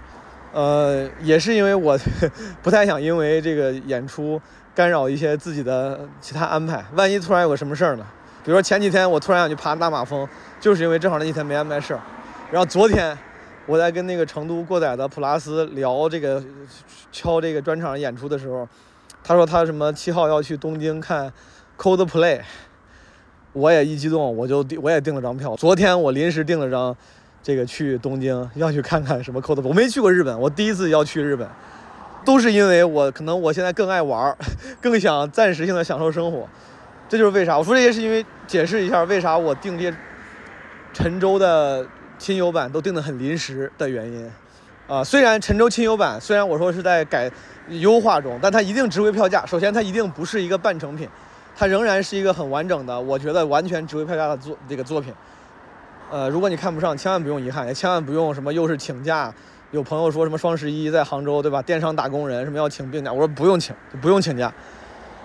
S4: 呃，也是因为我 不太想因为这个演出干扰一些自己的其他安排，万一突然有个什么事儿呢？比如说前几天我突然想去爬大马峰，就是因为正好那几天没安排事儿。然后昨天我在跟那个成都过载的普拉斯聊这个敲这个专场演出的时候。他说他什么七号要去东京看 Coldplay，我也一激动，我就我也订了张票。昨天我临时订了张，这个去东京要去看看什么 Coldplay。我没去过日本，我第一次要去日本，都是因为我可能我现在更爱玩， 更想暂时性的享受生活。这就是为啥我说这些是因为解释一下为啥我订这些陈州的亲友版都订的很临时的原因。啊，虽然陈州亲友版，虽然我说是在改优化中，但它一定值回票价。首先，它一定不是一个半成品，它仍然是一个很完整的，我觉得完全值回票价的作这个作品。呃，如果你看不上，千万不用遗憾，也千万不用什么又是请假。有朋友说什么双十一在杭州，对吧？电商打工人什么要请病假，我说不用请，不用请假，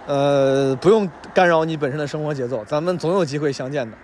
S4: 呃，不用干扰你本身的生活节奏，咱们总有机会相见的。